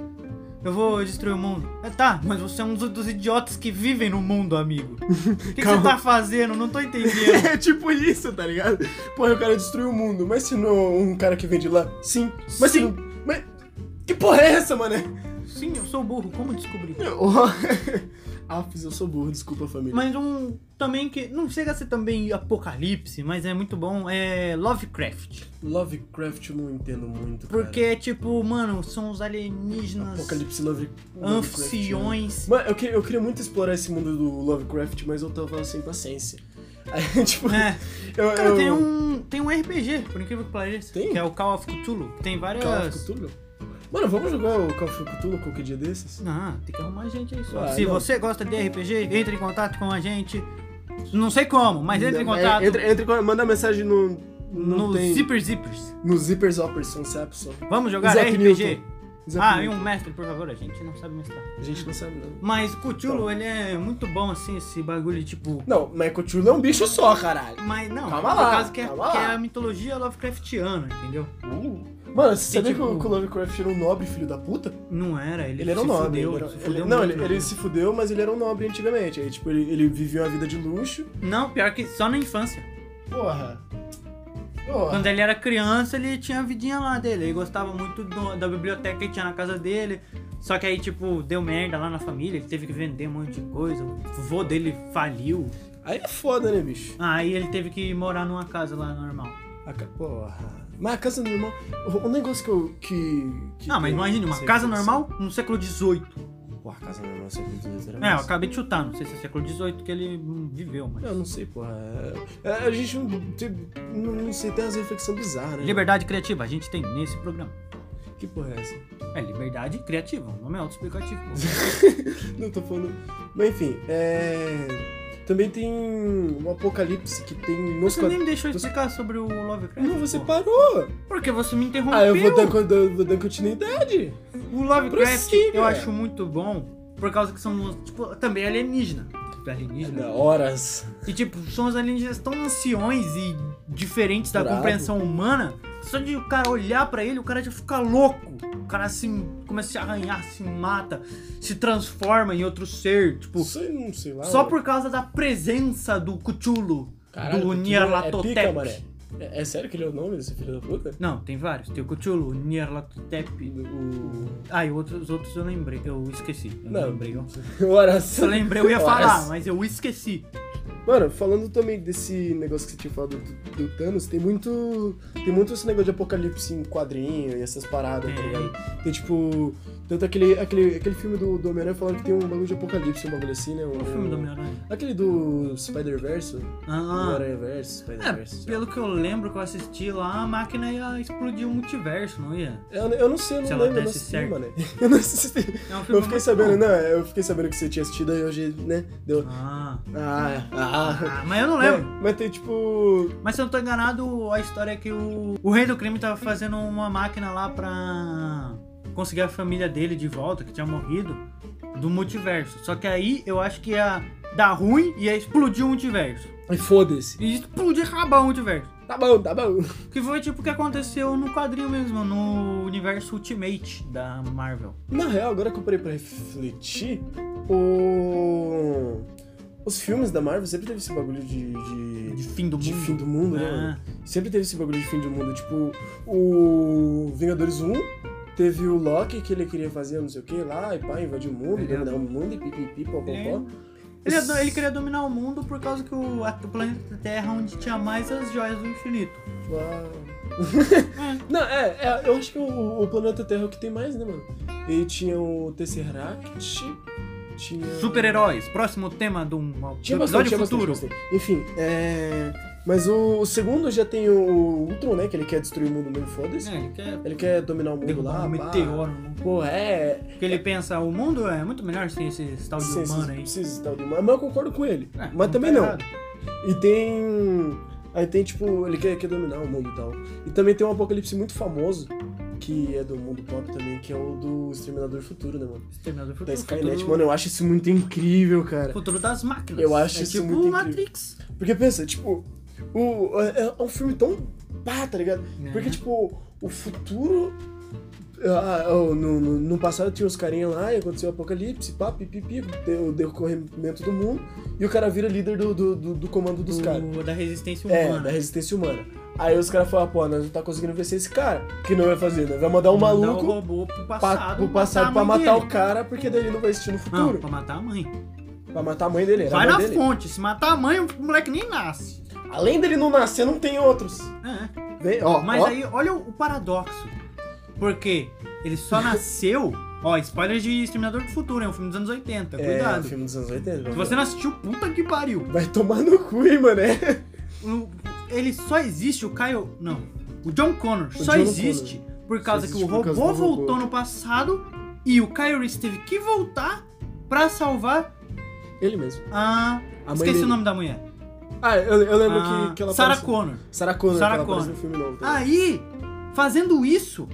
[SPEAKER 1] Eu vou destruir o mundo. É, tá, mas você é um dos, dos idiotas que vivem no mundo, amigo. O que, que você
[SPEAKER 2] Calma.
[SPEAKER 1] tá fazendo? Não tô entendendo.
[SPEAKER 2] É tipo isso, tá ligado? Porra, eu quero destruir o mundo. Mas se não um cara que vende lá? Sim. Mas se
[SPEAKER 1] Sim.
[SPEAKER 2] não. Mas... Que porra é essa, mano?
[SPEAKER 1] Sim, eu sou burro, como descobrir?
[SPEAKER 2] Oh. Afis, eu sou burro, desculpa, família.
[SPEAKER 1] Mas um também que não chega a ser também apocalipse, mas é muito bom, é Lovecraft.
[SPEAKER 2] Lovecraft eu não entendo muito, cara.
[SPEAKER 1] Porque é tipo, mano, são os alienígenas,
[SPEAKER 2] Apocalipse Love... Lovecraft.
[SPEAKER 1] anfitriões.
[SPEAKER 2] Mano, eu queria, eu queria muito explorar esse mundo do Lovecraft, mas eu tava sem paciência. Aí, tipo,
[SPEAKER 1] É.
[SPEAKER 2] eu,
[SPEAKER 1] Cara,
[SPEAKER 2] eu...
[SPEAKER 1] tem um, tem um RPG, por incrível que pareça,
[SPEAKER 2] Tem?
[SPEAKER 1] que é o Call of Cthulhu. Tem várias...
[SPEAKER 2] Call of Cthulhu? Mano, vamos jogar o Call of Cthulhu qualquer dia desses?
[SPEAKER 1] Ah, tem que arrumar gente aí só.
[SPEAKER 2] Ah,
[SPEAKER 1] Se
[SPEAKER 2] não.
[SPEAKER 1] você gosta de RPG, entre em contato com a gente. Não sei como, mas entre em contato
[SPEAKER 2] É, Entre, entre, em- manda mensagem no... Não
[SPEAKER 1] no
[SPEAKER 2] tem...
[SPEAKER 1] Zipper Zippers.
[SPEAKER 2] No Zipper Zoppers, Soncepson.
[SPEAKER 1] Vamos jogar
[SPEAKER 2] Isaac
[SPEAKER 1] RPG.
[SPEAKER 2] Newton. Zap
[SPEAKER 1] Ah, e
[SPEAKER 2] Newton.
[SPEAKER 1] um mestre, por favor, a gente não sabe mestrar.
[SPEAKER 2] A gente não sabe, não.
[SPEAKER 1] Mas
[SPEAKER 2] Tá.
[SPEAKER 1] Cthulhu, ele é muito bom, assim, esse bagulho, tipo...
[SPEAKER 2] Não, mas Cthulhu é um bicho só, caralho.
[SPEAKER 1] Mas não,
[SPEAKER 2] Calma
[SPEAKER 1] por
[SPEAKER 2] lá,
[SPEAKER 1] causa que é,
[SPEAKER 2] calma
[SPEAKER 1] que é
[SPEAKER 2] lá.
[SPEAKER 1] a mitologia Lovecraftiana, entendeu?
[SPEAKER 2] Mano, você
[SPEAKER 1] Tem
[SPEAKER 2] sabia que
[SPEAKER 1] Uhum. tipo-
[SPEAKER 2] o que o Lovecraft era um nobre filho da puta?
[SPEAKER 1] Não era, ele,
[SPEAKER 2] Ele era um
[SPEAKER 1] se
[SPEAKER 2] nobre.
[SPEAKER 1] fudeu,
[SPEAKER 2] ele era-
[SPEAKER 1] se
[SPEAKER 2] ele-
[SPEAKER 1] fudeu
[SPEAKER 2] não,
[SPEAKER 1] muito, né?
[SPEAKER 2] ele, ele se fudeu, mas ele era um nobre antigamente. Aí, tipo, ele, ele vivia uma vida de luxo.
[SPEAKER 1] Não, pior que só na infância.
[SPEAKER 2] Porra. Porra.
[SPEAKER 1] Quando ele era criança, ele tinha a vidinha lá dele. Ele gostava muito do- da biblioteca que tinha na casa dele. Só que aí, tipo, deu merda lá na família. Ele teve que vender um monte de coisa. O vô dele faliu.
[SPEAKER 2] Aí é foda, né, bicho?
[SPEAKER 1] Aí ele teve que morar numa casa lá normal.
[SPEAKER 2] A ca- Porra. Mas a casa normal. O, o negócio que eu. Que, que
[SPEAKER 1] Ah, mas
[SPEAKER 2] eu-
[SPEAKER 1] imagina, uma
[SPEAKER 2] sei-
[SPEAKER 1] casa normal no século XVIII.
[SPEAKER 2] Porra, a casa normal sempre era
[SPEAKER 1] É, eu
[SPEAKER 2] massa.
[SPEAKER 1] acabei de chutar. Não sei se é século XVIII que ele hum, viveu, mas...
[SPEAKER 2] Eu não sei, porra. É- é, a gente não, tem, não, não sei, tem umas reflexões bizarras, né?
[SPEAKER 1] Liberdade criativa, a gente tem nesse programa.
[SPEAKER 2] Que porra é essa?
[SPEAKER 1] É, liberdade criativa. O nome é autoexplicativo.
[SPEAKER 2] Não, tô falando. Mas enfim, é. Também tem um apocalipse que tem nos
[SPEAKER 1] Você nem
[SPEAKER 2] quadrinhos.
[SPEAKER 1] me deixou explicar sobre o Lovecraft.
[SPEAKER 2] Não, você
[SPEAKER 1] pô.
[SPEAKER 2] parou!
[SPEAKER 1] Porque você me interrompeu.
[SPEAKER 2] Ah, eu vou dar, co- dar- vou dar continuidade!
[SPEAKER 1] O Lovecraft
[SPEAKER 2] Prossiga.
[SPEAKER 1] eu acho muito bom por causa que são tipo, também alienígena. Tipo, Alienígena.
[SPEAKER 2] Na horas.
[SPEAKER 1] E tipo, são os alienígenas tão anciões e diferentes da
[SPEAKER 2] Bravo.
[SPEAKER 1] compreensão humana. Só de o cara olhar pra ele, o cara já fica louco. O cara se começa a se arranhar, se mata, se transforma em outro ser, tipo,
[SPEAKER 2] Isso aí não sei lá.
[SPEAKER 1] só
[SPEAKER 2] mano.
[SPEAKER 1] por causa da presença do Cthulhu,
[SPEAKER 2] Caralho,
[SPEAKER 1] do
[SPEAKER 2] Cthulhu
[SPEAKER 1] Nyarlathotep.
[SPEAKER 2] É, pica, mané. é, é sério que ele é o nome desse filho da puta?
[SPEAKER 1] Não, tem vários. Tem o Cthulhu, o Nyarlathotep.
[SPEAKER 2] O.
[SPEAKER 1] Ah, e outros, os outros eu lembrei, eu esqueci. Eu não,
[SPEAKER 2] Não.
[SPEAKER 1] lembrei. ó.
[SPEAKER 2] Horas.
[SPEAKER 1] Se eu lembrei, eu ia falar,
[SPEAKER 2] Horas.
[SPEAKER 1] mas eu esqueci.
[SPEAKER 2] Mano, falando também desse negócio que você tinha falado do, do Thanos, tem muito. Tem muito esse negócio de apocalipse em quadrinho e essas paradas, tá
[SPEAKER 1] Tem.
[SPEAKER 2] ligado? Tem tipo. Tanto aquele, aquele, aquele filme do, do Homem-Aranha falando que tem um bagulho de apocalipse, um bagulho assim, né? Um,
[SPEAKER 1] O filme do Homem-Aranha.
[SPEAKER 2] Aquele do Spider-Verse. do
[SPEAKER 1] Ah,
[SPEAKER 2] Homem-Aranha-Verse, Spider-Verse.
[SPEAKER 1] é, pelo que eu lembro que eu assisti lá, a máquina ia explodir o multiverso, não ia?
[SPEAKER 2] Eu, eu não sei, eu não
[SPEAKER 1] Se ela
[SPEAKER 2] lembro, eu não
[SPEAKER 1] desse
[SPEAKER 2] assisti,
[SPEAKER 1] certo.
[SPEAKER 2] mano. Eu não assisti.
[SPEAKER 1] É um filme
[SPEAKER 2] Eu fiquei
[SPEAKER 1] muito
[SPEAKER 2] sabendo,
[SPEAKER 1] bom.
[SPEAKER 2] não, eu fiquei sabendo que você tinha assistido e hoje, né? Deu.
[SPEAKER 1] Ah,
[SPEAKER 2] Ah, ah.
[SPEAKER 1] ah, mas eu não lembro.
[SPEAKER 2] Mas, mas tem tipo.
[SPEAKER 1] Mas se eu não tô enganado, a história é que o, o rei do crime tava fazendo uma máquina lá pra conseguir a família dele de volta, que tinha morrido, do multiverso. Só que aí eu acho que ia dar ruim e ia explodir o multiverso.
[SPEAKER 2] E foda-se.
[SPEAKER 1] E explodir e acabar o multiverso.
[SPEAKER 2] Tá bom, tá bom.
[SPEAKER 1] Que foi tipo o que aconteceu no quadrinho mesmo, no universo Ultimate da Marvel.
[SPEAKER 2] Na real, agora que eu parei pra refletir, o... os filmes da Marvel sempre teve esse bagulho de.
[SPEAKER 1] De
[SPEAKER 2] de...
[SPEAKER 1] fim do
[SPEAKER 2] de
[SPEAKER 1] mundo.
[SPEAKER 2] fim do mundo, né?
[SPEAKER 1] É.
[SPEAKER 2] mano? Sempre teve esse bagulho de fim do mundo. Tipo, o Vingadores 1 teve o Loki que ele queria fazer não sei o que lá, e pá, invadir o mundo,
[SPEAKER 1] Ele é-
[SPEAKER 2] dominar o mundo e pipipi, popopó.
[SPEAKER 1] Ele, ele, ia- ele queria dominar o mundo por causa que o, a- o planeta Terra é onde tinha mais as joias do infinito.
[SPEAKER 2] Ah. Não, é, é, eu acho que o, o planeta Terra é o que tem mais, né, mano? E tinha o Tesseract, tinha.
[SPEAKER 1] Super-heróis, próximo tema de um do
[SPEAKER 2] Tinha
[SPEAKER 1] episódio
[SPEAKER 2] bastante, tinha bastante,
[SPEAKER 1] futuro.
[SPEAKER 2] bastante. Enfim, é. Mas o, o segundo já tem o Ultron, né? Que ele quer destruir o mundo mesmo, foda-se.
[SPEAKER 1] É, ele quer
[SPEAKER 2] Ele quer dominar o mundo
[SPEAKER 1] derrubar
[SPEAKER 2] lá.
[SPEAKER 1] um
[SPEAKER 2] pá.
[SPEAKER 1] meteoro no mundo.
[SPEAKER 2] Pô, é.
[SPEAKER 1] Porque ele pensa, o mundo é muito melhor sem esse tal de
[SPEAKER 2] Sim,
[SPEAKER 1] humano aí.
[SPEAKER 2] Precisa estar de humano. Mas eu concordo com ele.
[SPEAKER 1] É,
[SPEAKER 2] mas
[SPEAKER 1] tá
[SPEAKER 2] também não.
[SPEAKER 1] errado.
[SPEAKER 2] E tem. Aí tem, tipo, ele quer, quer dominar o mundo e tal. E também tem um apocalipse muito famoso, que é do mundo pop também, que é o do Exterminador do Futuro, né, mano?
[SPEAKER 1] Exterminador do
[SPEAKER 2] Da
[SPEAKER 1] futuro.
[SPEAKER 2] Skynet.
[SPEAKER 1] futuro,
[SPEAKER 2] Mano, eu acho isso muito incrível, cara.
[SPEAKER 1] futuro das máquinas.
[SPEAKER 2] Eu acho
[SPEAKER 1] é
[SPEAKER 2] isso
[SPEAKER 1] tipo
[SPEAKER 2] muito
[SPEAKER 1] o
[SPEAKER 2] incrível.
[SPEAKER 1] Matrix.
[SPEAKER 2] Porque pensa, tipo, o, é, é um filme tão pá, tá ligado?
[SPEAKER 1] Né?
[SPEAKER 2] Porque, tipo, o futuro. ah, ah, no, no- no passado tinha os carinha lá e aconteceu o apocalipse, pá, pipipi, o decorrimento do mundo, e o cara vira líder do, do, do- do comando dos
[SPEAKER 1] Do-
[SPEAKER 2] caras.
[SPEAKER 1] Da resistência
[SPEAKER 2] É,
[SPEAKER 1] humana.
[SPEAKER 2] da resistência humana. Aí os caras falam, pô, nós não tá conseguindo vencer esse cara. O Que não vai fazer, né? Vai mandar um
[SPEAKER 1] Mandar o
[SPEAKER 2] maluco
[SPEAKER 1] robô pro
[SPEAKER 2] pra,
[SPEAKER 1] passado.
[SPEAKER 2] pro passado pra matar
[SPEAKER 1] o
[SPEAKER 2] o cara, porque daí ele não vai existir no
[SPEAKER 1] Não,
[SPEAKER 2] futuro.
[SPEAKER 1] pra matar a mãe.
[SPEAKER 2] Pra matar a mãe dele, era a
[SPEAKER 1] Vai
[SPEAKER 2] mãe
[SPEAKER 1] na
[SPEAKER 2] dele.
[SPEAKER 1] fonte. Se matar a mãe, o moleque nem nasce.
[SPEAKER 2] Além dele não nascer, não tem outros.
[SPEAKER 1] É.
[SPEAKER 2] Vê, ó,
[SPEAKER 1] Mas
[SPEAKER 2] ó.
[SPEAKER 1] aí, olha o o paradoxo. Porque ele só nasceu. Ó, spoiler de Exterminador do Futuro, é um filme dos anos 80,
[SPEAKER 2] É,
[SPEAKER 1] cuidado.
[SPEAKER 2] filme dos anos 80.
[SPEAKER 1] Se você não assistiu, puta que pariu.
[SPEAKER 2] Vai tomar no cu, hein, mané?
[SPEAKER 1] O- Ele só existe, o Kyle. Não. O John Connor só
[SPEAKER 2] John
[SPEAKER 1] existe por causa
[SPEAKER 4] existe
[SPEAKER 1] que o
[SPEAKER 4] por
[SPEAKER 1] robô
[SPEAKER 4] causa do robô.
[SPEAKER 1] voltou no passado e o Kyle Reese teve que voltar pra salvar
[SPEAKER 2] Ele mesmo.
[SPEAKER 1] a.
[SPEAKER 2] A mãe
[SPEAKER 1] Esqueci
[SPEAKER 2] dele.
[SPEAKER 1] o nome da mulher.
[SPEAKER 2] Ah, eu, eu lembro
[SPEAKER 1] A
[SPEAKER 2] que, que ela
[SPEAKER 1] Sarah
[SPEAKER 2] apareceu- É.
[SPEAKER 1] Connor.
[SPEAKER 2] Sarah Connor.
[SPEAKER 1] Sarah
[SPEAKER 2] que ela
[SPEAKER 1] Connor.
[SPEAKER 2] apareceu no filme novo. também.
[SPEAKER 1] Aí, fazendo isso,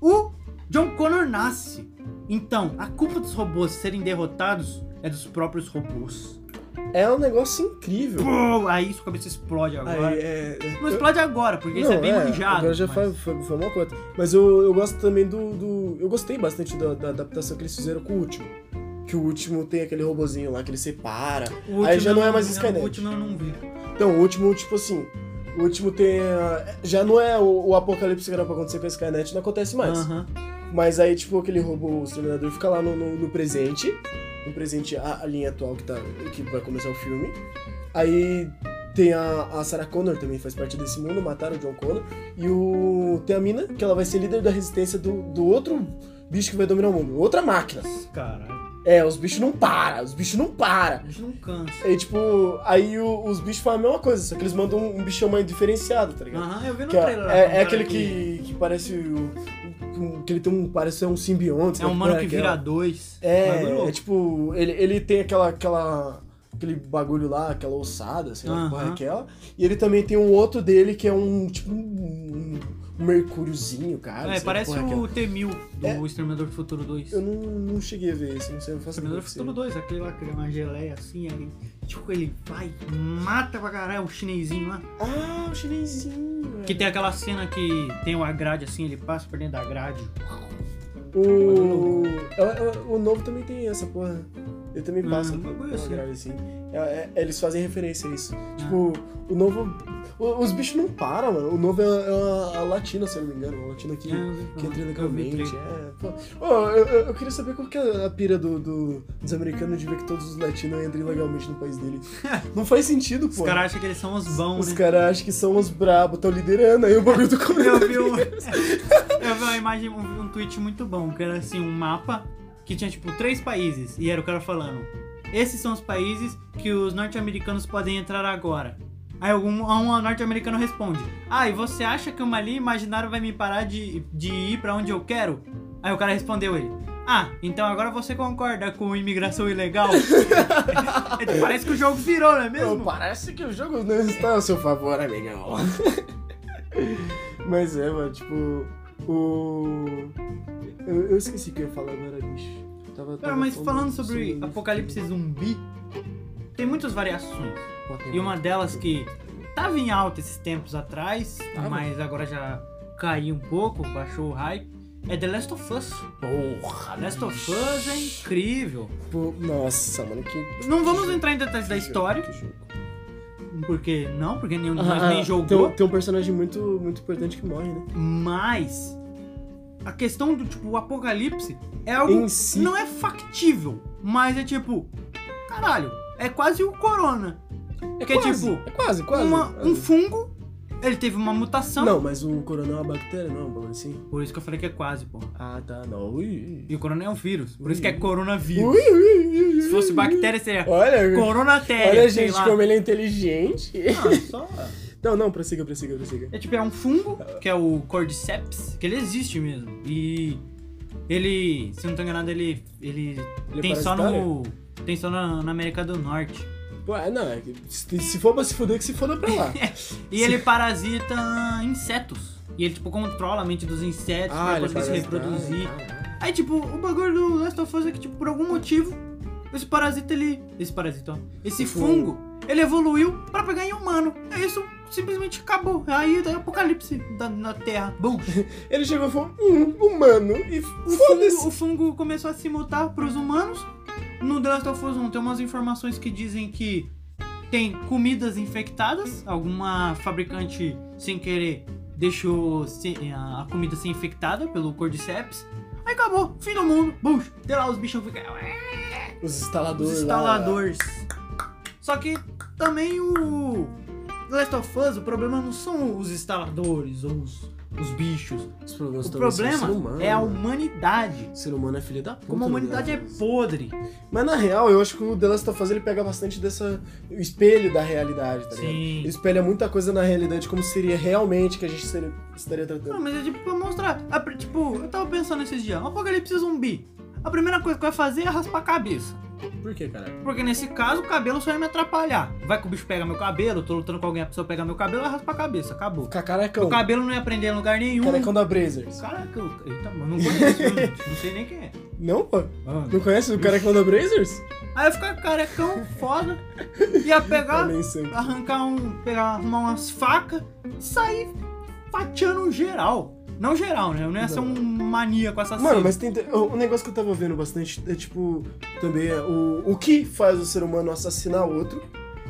[SPEAKER 1] o John Connor nasce. Então, a culpa dos robôs serem derrotados é dos próprios robôs.
[SPEAKER 2] É um negócio incrível.
[SPEAKER 1] Pô, aí sua cabeça explode agora.
[SPEAKER 2] Aí, é, é-
[SPEAKER 1] Não explode agora, porque isso é bem manjado.
[SPEAKER 2] Agora já
[SPEAKER 1] mas-
[SPEAKER 2] foi, foi, foi uma coisa. Mas eu, eu gosto também do, do- Eu gostei bastante da, da adaptação que eles fizeram com o último. Que o último tem aquele robozinho lá que ele separa.
[SPEAKER 1] O
[SPEAKER 2] Aí já
[SPEAKER 1] último
[SPEAKER 2] não é
[SPEAKER 1] eu-
[SPEAKER 2] mais
[SPEAKER 1] eu-
[SPEAKER 2] Skynet.
[SPEAKER 1] O último eu não vi.
[SPEAKER 2] Então, o último, tipo assim. O último tem. a- Já não é o, o apocalipse que era pra acontecer com a Skynet, não acontece mais.
[SPEAKER 1] Aham.
[SPEAKER 2] Mas aí, tipo, aquele robô, o exterminador, fica lá no, no- no presente. No presente, a, a linha atual que, tá, que vai começar o filme. Aí tem a, a Sarah Connor também faz parte desse mundo, mataram o John Connor. E o. Tem a mina, que ela vai ser líder da resistência do, do outro bicho que vai dominar o mundo. Outra máquina.
[SPEAKER 1] Caralho,
[SPEAKER 2] É, os bichos não param, os bichos não param.
[SPEAKER 1] a gente não cansa.
[SPEAKER 2] Aí, tipo, aí o- os bichos fazem a mesma coisa, só que eles mandam um, um bichão mais diferenciado, tá ligado?
[SPEAKER 1] Aham, eu vi no
[SPEAKER 2] Que é,
[SPEAKER 1] trailer. lá,
[SPEAKER 2] é-
[SPEAKER 1] um
[SPEAKER 2] é
[SPEAKER 1] cara
[SPEAKER 2] aquele que, que parece o, o- que ele tem um parece ser um simbionte.
[SPEAKER 1] É um
[SPEAKER 2] sabe?
[SPEAKER 1] mano
[SPEAKER 2] Porra,
[SPEAKER 1] que
[SPEAKER 2] aquela-
[SPEAKER 1] vira dois. Bagulho
[SPEAKER 2] É,
[SPEAKER 1] louco.
[SPEAKER 2] é tipo ele, ele tem aquela aquela aquele bagulho lá, aquela ossada, sei lá, que porra é
[SPEAKER 1] Aham.
[SPEAKER 2] aquela. E ele também tem um outro dele que é um tipo um, um mercúriozinho, cara.
[SPEAKER 1] É,
[SPEAKER 2] sei lá,
[SPEAKER 1] parece
[SPEAKER 2] porra é aquela.
[SPEAKER 1] o T-1000 do
[SPEAKER 2] É.
[SPEAKER 1] Exterminador do Futuro 2.
[SPEAKER 2] Eu não, não cheguei a ver esse, não sei, eu faço
[SPEAKER 1] Exterminador do Futuro 2, aquele lá que é uma geleia assim, aí, tipo, ele vai, mata pra caralho o chinesinho lá.
[SPEAKER 2] Ah, o chinesinho. velho.
[SPEAKER 1] Que tem aquela cena que tem uma grade assim, ele passa por dentro da grade.
[SPEAKER 2] O... é- é- O novo também tem essa porra. Ele também
[SPEAKER 1] Ah,
[SPEAKER 2] passa
[SPEAKER 1] um
[SPEAKER 2] por-
[SPEAKER 1] bagulho
[SPEAKER 2] por uma
[SPEAKER 1] assim.
[SPEAKER 2] grade assim. É- é- eles fazem referência a isso.
[SPEAKER 1] Ah.
[SPEAKER 2] Tipo, o novo. o- os bichos não param, mano. O novo é, é uma- a latina, se eu não me engano. A latina que,
[SPEAKER 1] Ah,
[SPEAKER 2] que entra legalmente. É, pô. Ô, eu, eu- eu queria saber qual que é a pira do, do- dos americanos de ver que todos os latinos entrem legalmente no país dele. Não faz sentido, pô.
[SPEAKER 1] Os caras acham que eles são os bons,
[SPEAKER 2] Os
[SPEAKER 1] né?
[SPEAKER 2] caras acham que são os brabos, estão liderando aí o bagulho do
[SPEAKER 1] Eu
[SPEAKER 2] coronavírus.
[SPEAKER 1] vi, um, eu vi uma imagem, um, um tweet muito bom, que era assim, um mapa que tinha tipo três países, e era o cara falando: Esses são os países que os norte-americanos podem entrar agora. Aí algum, um norte-americano responde: Ah, e você acha que o Mali imaginário vai me parar de, de ir pra onde eu quero? Aí o cara respondeu ele: Ah, então agora você concorda com imigração ilegal? É tipo, Parece que o jogo virou, não é
[SPEAKER 2] Não,
[SPEAKER 1] mesmo?
[SPEAKER 2] parece que o jogo não está ao seu favor, amigão. Mas é, mano, tipo. O. Eu, eu esqueci o que eu ia falar agora, bicho. Tava,
[SPEAKER 1] Cara,
[SPEAKER 2] tava
[SPEAKER 1] Ah, mas falando sobre
[SPEAKER 2] sobre-
[SPEAKER 1] apocalipse zumbi, tem muitas variações.
[SPEAKER 2] Pô, tem
[SPEAKER 1] E uma delas que tava em alta esses tempos atrás,
[SPEAKER 2] Tava.
[SPEAKER 1] mas agora já caiu um pouco, baixou o hype, é The Last of Us.
[SPEAKER 2] Porra,
[SPEAKER 1] Last of Us é incrível.
[SPEAKER 2] Pô, Tipo, nossa, mano, que.
[SPEAKER 1] Não vamos entrar em detalhes da
[SPEAKER 2] que jogo,
[SPEAKER 1] história,
[SPEAKER 2] que jogo.
[SPEAKER 1] porque não, porque nenhum de nós
[SPEAKER 2] Ah,
[SPEAKER 1] nem
[SPEAKER 2] ah,
[SPEAKER 1] jogou,
[SPEAKER 2] Tem, tem um personagem muito, muito importante que morre, né?
[SPEAKER 1] mas a questão do tipo o apocalipse é algo
[SPEAKER 2] Em si.
[SPEAKER 1] não é factível, mas é tipo, caralho, é quase o corona. que é
[SPEAKER 2] quase,
[SPEAKER 1] tipo,
[SPEAKER 2] É quase, quase.
[SPEAKER 1] uma-
[SPEAKER 2] quase.
[SPEAKER 1] um fungo, ele teve uma mutação,
[SPEAKER 2] Não, mas o coronel é uma bactéria, não é um bagulho assim?
[SPEAKER 1] por isso que eu falei que é quase, pô.
[SPEAKER 2] Ah, tá, não. Ui, ui.
[SPEAKER 1] E o corona é um vírus, por isso que
[SPEAKER 2] Ui.
[SPEAKER 1] é coronavírus.
[SPEAKER 2] Ui, ui, ui, ui,
[SPEAKER 1] Se fosse
[SPEAKER 2] ui.
[SPEAKER 1] bactéria, seria
[SPEAKER 2] Olha,
[SPEAKER 1] coronatéria,
[SPEAKER 2] Olha,
[SPEAKER 1] sei
[SPEAKER 2] gente,
[SPEAKER 1] lá.
[SPEAKER 2] como ele é inteligente.
[SPEAKER 1] Ah, só-
[SPEAKER 2] Não, não, prossiga, prossiga, prossiga.
[SPEAKER 1] É tipo, é um fungo, que é o cordyceps, que ele existe mesmo. E ele, se eu não tô enganado, ele, ele,
[SPEAKER 2] Ele é
[SPEAKER 1] tem só
[SPEAKER 2] parasitário?
[SPEAKER 1] no... Tem só na, na América do Norte.
[SPEAKER 2] Ué, não, é que se se for pra se fuder, que se foda pra lá.
[SPEAKER 1] E ele parasita insetos. E ele, tipo, controla a mente dos insetos pra
[SPEAKER 2] Ah, ele é tá.
[SPEAKER 1] conseguir se
[SPEAKER 2] parasitário,
[SPEAKER 1] reproduzir.
[SPEAKER 2] caralho.
[SPEAKER 1] Aí, tipo, o bagulho do Last of Us é que, tipo, por algum motivo, esse parasita, ele... Esse parasita, ó. Esse
[SPEAKER 2] Fungo.
[SPEAKER 1] fungo, ele evoluiu pra pegar em humano. Aí isso simplesmente acabou. Aí, é apocalipse da, na Terra. Bum.
[SPEAKER 2] Ele chegou e falou, hum, humano, e
[SPEAKER 1] O fungo,
[SPEAKER 2] foda-se.
[SPEAKER 1] o fungo começou a se mutar pros humanos. No The Last of Us 1 tem umas informações que dizem que tem comidas infectadas. Alguma fabricante, sem querer, deixou se- a a comida ser infectada pelo Cordyceps. Aí acabou, fim do mundo. Bum, tem lá os bichos ficam...
[SPEAKER 2] Os instaladores.
[SPEAKER 1] Os instaladores. Só que também o Last of Us, o problema não são os instaladores ou os, os bichos.
[SPEAKER 4] Os problemas
[SPEAKER 1] O
[SPEAKER 4] também são
[SPEAKER 1] problema
[SPEAKER 4] ser humano,
[SPEAKER 1] é a
[SPEAKER 4] né?
[SPEAKER 1] humanidade.
[SPEAKER 4] O ser humano é filho da puta.
[SPEAKER 1] Como a
[SPEAKER 4] né,
[SPEAKER 1] humanidade é
[SPEAKER 4] cara?
[SPEAKER 1] podre.
[SPEAKER 2] Mas na real, eu acho que o The Last of Us ele pega bastante dessa. O espelho da realidade, tá ligado?
[SPEAKER 1] Sim.
[SPEAKER 2] Ele espelha muita coisa na realidade, como seria realmente que a gente seria- estaria
[SPEAKER 1] Não,
[SPEAKER 2] tratando.
[SPEAKER 1] mas é tipo pra mostrar. A pri- tipo, eu tava pensando esses dias, um apocalipse zumbi. A primeira coisa que vai fazer é raspar a cabeça.
[SPEAKER 4] Por que, cara?
[SPEAKER 1] Porque nesse caso o cabelo só ia me atrapalhar. Vai que o bicho pega meu cabelo, eu tô lutando com alguém, a pessoa pega meu cabelo, ela raspa a cabeça, acabou.
[SPEAKER 2] Ficar
[SPEAKER 1] O um.
[SPEAKER 2] carecão.
[SPEAKER 1] cabelo não ia prender em lugar nenhum.
[SPEAKER 2] Carecão da Brazers.
[SPEAKER 1] Caraca, eu, eita, mano, não conheço, eu não sei nem quem é.
[SPEAKER 2] Não, pô.
[SPEAKER 1] Ah.
[SPEAKER 2] Não conhece o carecão da Brazers?
[SPEAKER 1] Aí eu ficar carecão, foda, ia pegar,
[SPEAKER 2] Eu nem sei.
[SPEAKER 1] arrancar um, pegar, arrumar umas facas, sair fatiando um geral. Não geral, né? Eu não ia ser um maníaco assassino.
[SPEAKER 2] Mano, mas tem. Um negócio que eu tava vendo bastante é tipo. Também é o, o que faz o ser humano assassinar o outro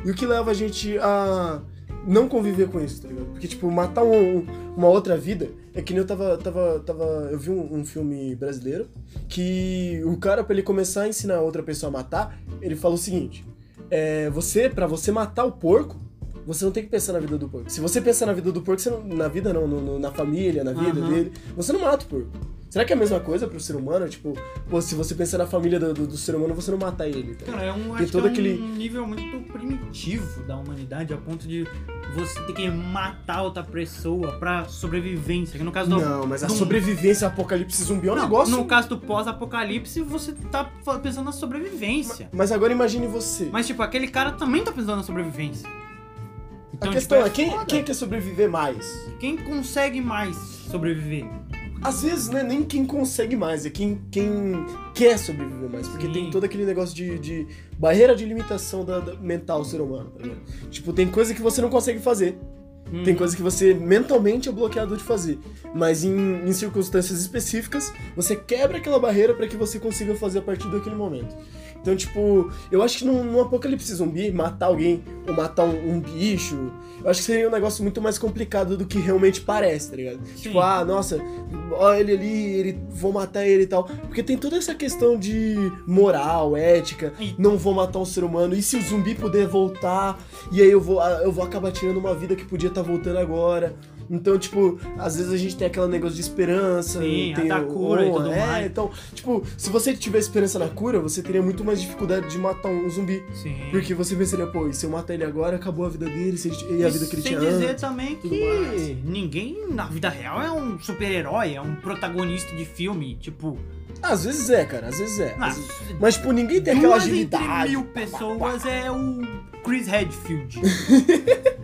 [SPEAKER 2] e o que leva a gente a não conviver com isso, tá ligado? Porque, tipo, matar um- uma outra vida é que nem eu tava. tava, tava eu vi um, um filme brasileiro que o cara, pra ele começar a ensinar a outra pessoa a matar, ele fala o seguinte: é, você, pra você matar o porco. Você não tem que pensar na vida do porco. Se você pensar na vida do porco, você não, na vida não, no- no- na família, na vida
[SPEAKER 1] Aham.
[SPEAKER 2] dele, você não mata o porco. Será que é a mesma coisa pro ser humano? Tipo, pô, se você pensar na família do, do- do ser humano, você não mata ele. Tá? ligado?
[SPEAKER 1] Cara, é um,
[SPEAKER 2] Tem
[SPEAKER 1] acho
[SPEAKER 2] todo
[SPEAKER 1] que é
[SPEAKER 2] aquele-
[SPEAKER 1] um nível muito primitivo da humanidade, a ponto de você ter que matar outra pessoa pra sobrevivência. Que no caso do.
[SPEAKER 2] Não, mas a
[SPEAKER 1] do-
[SPEAKER 2] sobrevivência ao apocalipse zumbi é um
[SPEAKER 1] Não,
[SPEAKER 2] negócio.
[SPEAKER 1] No caso do pós-apocalipse, você tá fa- pensando na sobrevivência.
[SPEAKER 2] Mas agora imagine você.
[SPEAKER 1] Mas, tipo, aquele cara também tá pensando na sobrevivência. Então,
[SPEAKER 2] a questão
[SPEAKER 1] tipo,
[SPEAKER 2] é, quem,
[SPEAKER 1] foda.
[SPEAKER 2] quem quer sobreviver mais?
[SPEAKER 1] Quem consegue mais sobreviver?
[SPEAKER 2] Às vezes não é nem quem consegue mais, é quem, quem quer sobreviver mais. Porque
[SPEAKER 1] Sim.
[SPEAKER 2] tem todo aquele negócio de, de barreira de limitação da, da- mental do ser humano. tá ligado? Tipo, tem coisa que você não consegue fazer. Tem
[SPEAKER 1] Hum.
[SPEAKER 2] coisa que você mentalmente é bloqueado de fazer, mas em, em circunstâncias específicas, você quebra aquela barreira pra que você consiga fazer a partir daquele momento. Então, tipo, eu acho que num, num apocalipse zumbi, matar alguém ou matar um, um bicho, eu acho que seria um negócio muito mais complicado do que realmente parece, tá ligado? Tipo, ah, nossa, ó ele ali, ele, vou matar ele e tal. Porque tem toda essa questão de moral, ética,
[SPEAKER 1] E-
[SPEAKER 2] não vou matar um ser humano, e se o zumbi puder voltar, e aí eu vou, ah, eu vou acabar tirando uma vida que podia estar voltando agora. Então, tipo, às vezes a gente tem aquele negócio de esperança,
[SPEAKER 1] Sim,
[SPEAKER 2] tem
[SPEAKER 1] a da cura e tudo
[SPEAKER 2] é,
[SPEAKER 1] mais.
[SPEAKER 2] Então, tipo, se você tiver esperança na cura, você teria muito mais dificuldade de matar um zumbi.
[SPEAKER 1] Sim.
[SPEAKER 2] Porque você pensaria, pô, e se eu matar ele agora, acabou a vida dele se ele- e
[SPEAKER 1] E
[SPEAKER 2] a vida que ele
[SPEAKER 1] sem
[SPEAKER 2] tinha
[SPEAKER 1] dizer
[SPEAKER 2] antes.
[SPEAKER 1] também
[SPEAKER 2] tudo
[SPEAKER 1] que
[SPEAKER 2] mais.
[SPEAKER 1] ninguém na vida real é um super-herói, é um protagonista de filme, tipo.
[SPEAKER 2] Às vezes é, cara, às vezes é.
[SPEAKER 1] ah,
[SPEAKER 2] Às vezes- Mas, tipo, ninguém tem aquela
[SPEAKER 1] duas
[SPEAKER 2] agilidade.
[SPEAKER 1] entre mil pessoas é o Chris Redfield.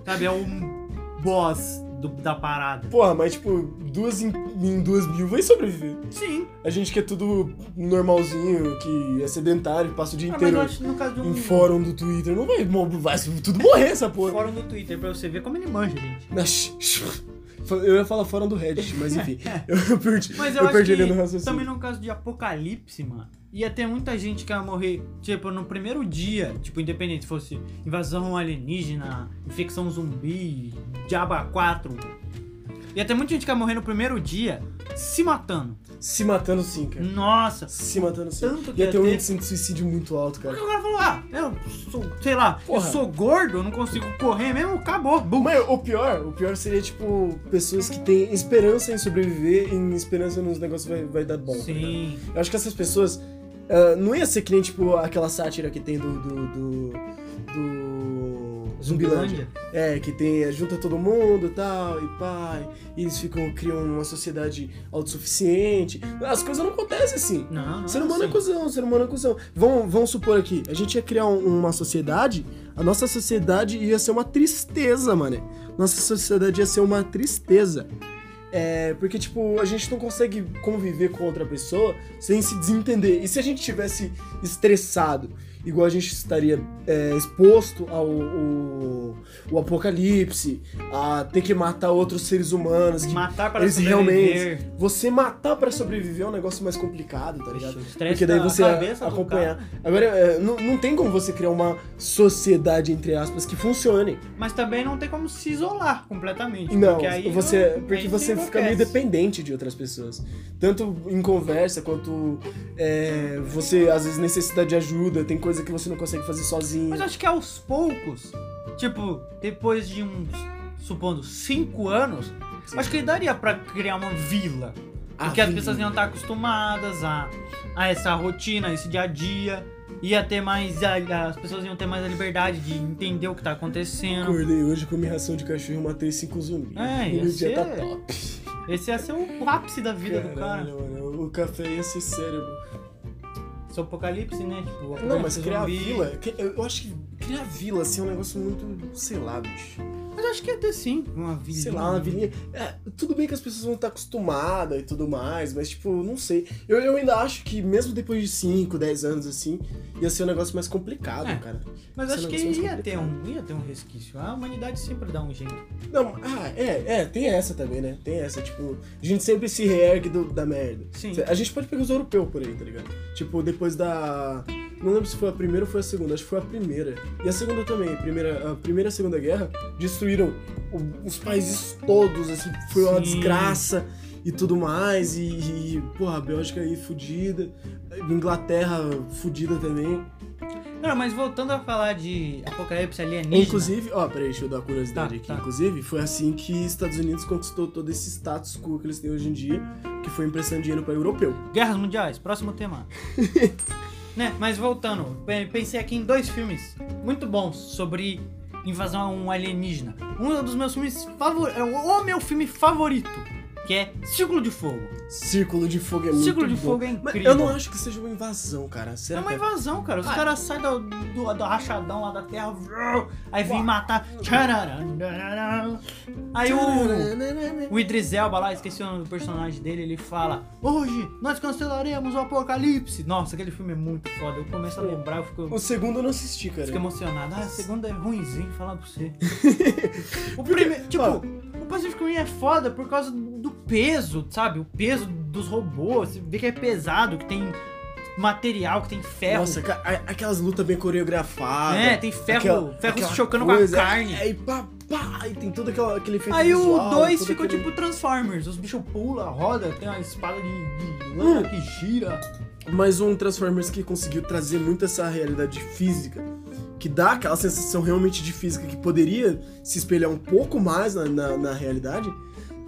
[SPEAKER 1] Sabe, é um boss do- da parada.
[SPEAKER 2] Porra, mas, tipo, duas em, em duas mil vai sobreviver.
[SPEAKER 1] Sim,
[SPEAKER 2] A gente que é tudo normalzinho, que é sedentário, passa o dia
[SPEAKER 1] ah, mas
[SPEAKER 2] inteiro
[SPEAKER 1] eu acho que no caso de um
[SPEAKER 2] em fórum do Twitter, não vai, mo- vai tudo morrer essa porra.
[SPEAKER 1] fórum do Twitter, pra você ver como ele manja, gente.
[SPEAKER 2] Na- sh- sh- Eu ia falar fórum do Reddit, mas enfim, eu perdi,
[SPEAKER 1] Mas eu,
[SPEAKER 2] eu
[SPEAKER 1] acho
[SPEAKER 2] perdi
[SPEAKER 1] que
[SPEAKER 2] ele no raciocínio.
[SPEAKER 1] também no caso de apocalipse, mano, ia ter muita gente que ia morrer, tipo, no primeiro dia, tipo, independente se fosse invasão alienígena, infecção zumbi, diaba 4. Ia ter muita gente que ia morrer no primeiro dia se matando.
[SPEAKER 2] Se matando sim, cara.
[SPEAKER 1] Nossa!
[SPEAKER 2] Se matando sim.
[SPEAKER 1] Tanto que
[SPEAKER 2] Ia ter um
[SPEAKER 1] até-
[SPEAKER 2] índice de suicídio muito alto,
[SPEAKER 1] Porque
[SPEAKER 2] cara.
[SPEAKER 1] o cara falou, ah, eu sou, sei lá,
[SPEAKER 2] Porra. tá
[SPEAKER 1] eu sou gordo, eu não consigo correr mesmo, acabou, bum.
[SPEAKER 2] Mas o pior, o pior seria, tipo, pessoas que têm esperança em sobreviver e em esperança nos negócios vai, vai dar bom. tá ligado?
[SPEAKER 1] Sim,
[SPEAKER 2] Eu acho que essas pessoas. ah, não ia ser que nem, tipo, aquela sátira que tem do. do. do. do
[SPEAKER 1] Zumbilândia.
[SPEAKER 2] Zumbilândia. É, que tem. junta todo mundo e tal, e pai. E eles ficam. criam uma sociedade autossuficiente. As coisas não acontecem assim.
[SPEAKER 1] Não, não.
[SPEAKER 2] Ser humano é
[SPEAKER 1] sim.
[SPEAKER 2] cuzão, ser humano é cuzão. Vamos, vamos supor aqui, a gente ia criar um- uma sociedade, a nossa sociedade ia ser uma tristeza, mano. Nossa sociedade ia ser uma tristeza. É, porque, tipo, a gente não consegue conviver com outra pessoa sem se desentender. E se a gente tivesse estressado, igual a gente estaria é, exposto ao, ao- o apocalipse, a ter que matar outros seres humanos. Que
[SPEAKER 1] Matar para
[SPEAKER 2] eles
[SPEAKER 1] sobreviver.
[SPEAKER 2] realmente. Você matar pra sobreviver é um negócio mais complicado, tá ligado?
[SPEAKER 1] O estresse
[SPEAKER 2] Porque daí
[SPEAKER 1] da
[SPEAKER 2] você
[SPEAKER 1] cabeça do
[SPEAKER 2] acompanhar. Agora, é, não, não tem como você criar uma sociedade, entre aspas, que funcione.
[SPEAKER 1] Mas também não tem como se isolar completamente.
[SPEAKER 2] Não,
[SPEAKER 1] porque aí
[SPEAKER 2] você,
[SPEAKER 1] não-
[SPEAKER 2] porque
[SPEAKER 1] aí
[SPEAKER 2] você
[SPEAKER 1] se
[SPEAKER 2] fica meio
[SPEAKER 1] enlouquece.
[SPEAKER 2] dependente de outras pessoas. Tanto em conversa, quanto é, você às vezes necessita de ajuda, tem coisa que você não consegue fazer sozinho.
[SPEAKER 1] Mas é eu acho que aos poucos, tipo, depois de uns, supondo, cinco anos,
[SPEAKER 2] Sim.
[SPEAKER 1] acho que daria pra criar uma vila.
[SPEAKER 2] A
[SPEAKER 1] porque as
[SPEAKER 2] vida.
[SPEAKER 1] pessoas iam tá estar acostumadas a, a essa rotina, a esse dia a dia. Ia ter mais. a- As pessoas iam ter mais a liberdade de entender o que tá acontecendo.
[SPEAKER 2] Acordei hoje, comi ração de cachorro e matei cinco zumbis.
[SPEAKER 1] É,
[SPEAKER 2] e
[SPEAKER 1] ia
[SPEAKER 2] o dia tá
[SPEAKER 1] ser
[SPEAKER 2] top.
[SPEAKER 1] Esse ia ser o ápice da vida do cara.
[SPEAKER 2] Caralho, mano, o café ia ser cérebro.
[SPEAKER 1] Esse apocalipse, né? Tipo, o
[SPEAKER 2] Não,
[SPEAKER 1] apocalipse
[SPEAKER 2] mas criar
[SPEAKER 1] zumbi.
[SPEAKER 2] vila, que- eu eu acho que criar vila assim é um negócio muito, sei lá, bicho.
[SPEAKER 1] Mas eu acho que ia ter sim uma vila.
[SPEAKER 2] sei lá, uma vilinha. É, tudo bem que as pessoas vão estar acostumadas e tudo mais, mas tipo, não sei. Eu, eu ainda acho que mesmo depois de 5, 10 anos assim, ia ser um negócio mais complicado,
[SPEAKER 1] É.
[SPEAKER 2] cara.
[SPEAKER 1] Mas
[SPEAKER 2] Esse
[SPEAKER 1] acho que
[SPEAKER 2] negócio é
[SPEAKER 1] ia
[SPEAKER 2] mais
[SPEAKER 1] ter, um, ia ter um resquício. A humanidade sempre dá um jeito.
[SPEAKER 2] Não, ah, é, é, tem essa também, né? Tem essa, tipo, a gente sempre se reergue do- da merda.
[SPEAKER 1] Sim.
[SPEAKER 2] A gente pode pegar os europeus por aí, tá ligado? Tipo, depois da. Não lembro se foi a primeira ou foi a segunda, acho que foi a primeira. E a segunda também, a primeira, a primeira e a segunda guerra, destruíram o- os países todos, assim, foi uma
[SPEAKER 1] Sim.
[SPEAKER 2] desgraça e tudo mais. E, e, porra, a Bélgica aí fudida, a Inglaterra fudida também.
[SPEAKER 1] Cara, mas voltando a falar de apocalipse alienígena.
[SPEAKER 2] Inclusive, ó, peraí, deixa eu dar uma curiosidade
[SPEAKER 1] Tá,
[SPEAKER 2] aqui.
[SPEAKER 1] tá.
[SPEAKER 2] Inclusive, foi assim que Estados Unidos conquistou todo esse status quo que eles têm hoje em dia, que foi emprestando dinheiro pra europeu.
[SPEAKER 1] Guerras mundiais, próximo tema. né? Mas voltando, pe- pensei aqui em dois filmes muito bons sobre invasão alienígena. Um dos meus filmes favoritos. O meu filme favorito, que é Círculo de Fogo.
[SPEAKER 2] Círculo de fogo é muito
[SPEAKER 1] Círculo de
[SPEAKER 2] bom.
[SPEAKER 1] Fogo é
[SPEAKER 2] Mas
[SPEAKER 1] incrível.
[SPEAKER 2] eu não acho que seja uma invasão, cara.
[SPEAKER 1] É
[SPEAKER 2] Será
[SPEAKER 1] uma
[SPEAKER 2] que
[SPEAKER 1] invasão, cara. Os
[SPEAKER 2] Ah.
[SPEAKER 1] caras saem do, do, do rachadão lá da terra, vrrr, aí vem
[SPEAKER 2] Uau.
[SPEAKER 1] matar. Tchararam, tchararam. Aí
[SPEAKER 2] né,
[SPEAKER 1] o, o Idris Elba lá, esqueci o nome do personagem dele, ele fala: Hoje nós cancelaremos o apocalipse. Nossa, aquele filme é muito foda. Eu começo a lembrar, eu fico,
[SPEAKER 2] O Um segundo eu não assisti, cara.
[SPEAKER 1] fico emocionado. Ah, a segunda é ruimzinho, falar pra você. o primeiro, tipo,
[SPEAKER 2] ó.
[SPEAKER 1] o Pacific Rim é foda por causa do peso, sabe? O peso dos robôs. Você vê que é pesado, que tem material, que tem ferro.
[SPEAKER 2] Nossa, cara, a- aquelas lutas bem coreografadas.
[SPEAKER 1] É, tem ferro,
[SPEAKER 2] aquela-
[SPEAKER 1] ferro
[SPEAKER 2] aquela
[SPEAKER 1] se chocando
[SPEAKER 2] coisa, é
[SPEAKER 1] com a carne.
[SPEAKER 2] Aí pá, pá, e tem todo aquela- aquele efeito
[SPEAKER 1] Aí o
[SPEAKER 2] visual,
[SPEAKER 1] 2
[SPEAKER 2] todo
[SPEAKER 1] ficou
[SPEAKER 2] aquele-
[SPEAKER 1] tipo Transformers, os bichos pulam, roda, tem uma espada de, de lã
[SPEAKER 2] Hum.
[SPEAKER 1] que gira. tipo-
[SPEAKER 2] Mas um Transformers que conseguiu trazer muito essa realidade física, que dá aquela sensação realmente de física que poderia se espelhar um pouco mais na, na, na realidade,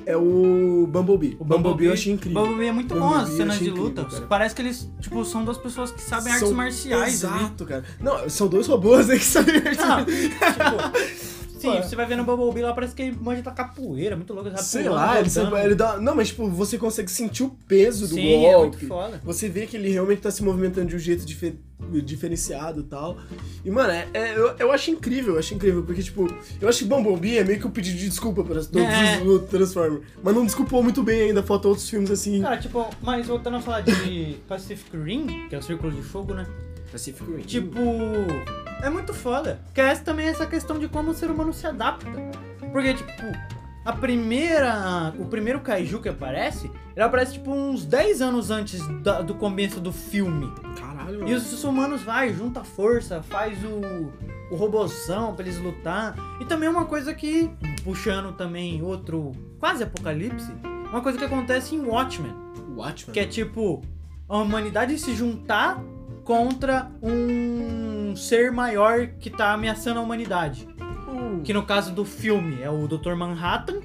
[SPEAKER 2] é o Bumblebee. O Bumblebee eu achei incrível.
[SPEAKER 1] Bumblebee é muito bom
[SPEAKER 2] Bumblebee
[SPEAKER 1] as
[SPEAKER 2] eu
[SPEAKER 1] cenas de
[SPEAKER 2] achei
[SPEAKER 1] luta.
[SPEAKER 2] incrível, cara.
[SPEAKER 1] Parece que eles, tipo, são duas pessoas que sabem
[SPEAKER 2] São-
[SPEAKER 1] artes marciais. ali.
[SPEAKER 2] Exato, cara. Não, são dois robôs aí que sabem artes
[SPEAKER 1] Ah,
[SPEAKER 2] marciais.
[SPEAKER 1] tipo, sim,
[SPEAKER 2] Ué.
[SPEAKER 1] você vai vendo o Bumblebee lá, parece que ele manja da capoeira, muito louco. ele sabe
[SPEAKER 2] Sei
[SPEAKER 1] pulando,
[SPEAKER 2] lá, ele,
[SPEAKER 1] rodando.
[SPEAKER 2] sempre- ele dá. Não, mas tipo, você consegue sentir o peso do
[SPEAKER 1] Sim,
[SPEAKER 2] golpe.
[SPEAKER 1] é muito foda.
[SPEAKER 2] Você vê que ele realmente tá se movimentando de um jeito dife- diferenciado e tal. E, mano, é, é- eu, eu acho incrível, eu acho incrível, porque, tipo, eu acho que Bumblebee é meio que um pedido de desculpa para todos
[SPEAKER 1] É.
[SPEAKER 2] os os Transformers. Mas não desculpou muito bem ainda, faltam outros filmes assim.
[SPEAKER 1] Cara, tipo, mas voltando a falar de Pacific Rim, que é o Círculo de Fogo, né?
[SPEAKER 4] Pacific Rim.
[SPEAKER 1] Tipo, é muito foda. Porque essa também é essa questão de como o ser humano se adapta. Porque, tipo, a primeira. O primeiro kaiju que aparece, ele aparece tipo uns 10 anos antes da- do começo do filme.
[SPEAKER 2] Caralho,
[SPEAKER 1] E
[SPEAKER 2] mano.
[SPEAKER 1] os humanos vai, junta força, faz o, o robozão pra eles lutar. E também é uma coisa que, puxando também outro quase apocalipse, uma coisa que acontece em Watchmen.
[SPEAKER 2] Watchmen.
[SPEAKER 1] Que é tipo a humanidade se juntar contra um ser maior que tá ameaçando a humanidade.
[SPEAKER 2] Hum.
[SPEAKER 1] Que no caso do filme é o Dr. Manhattan,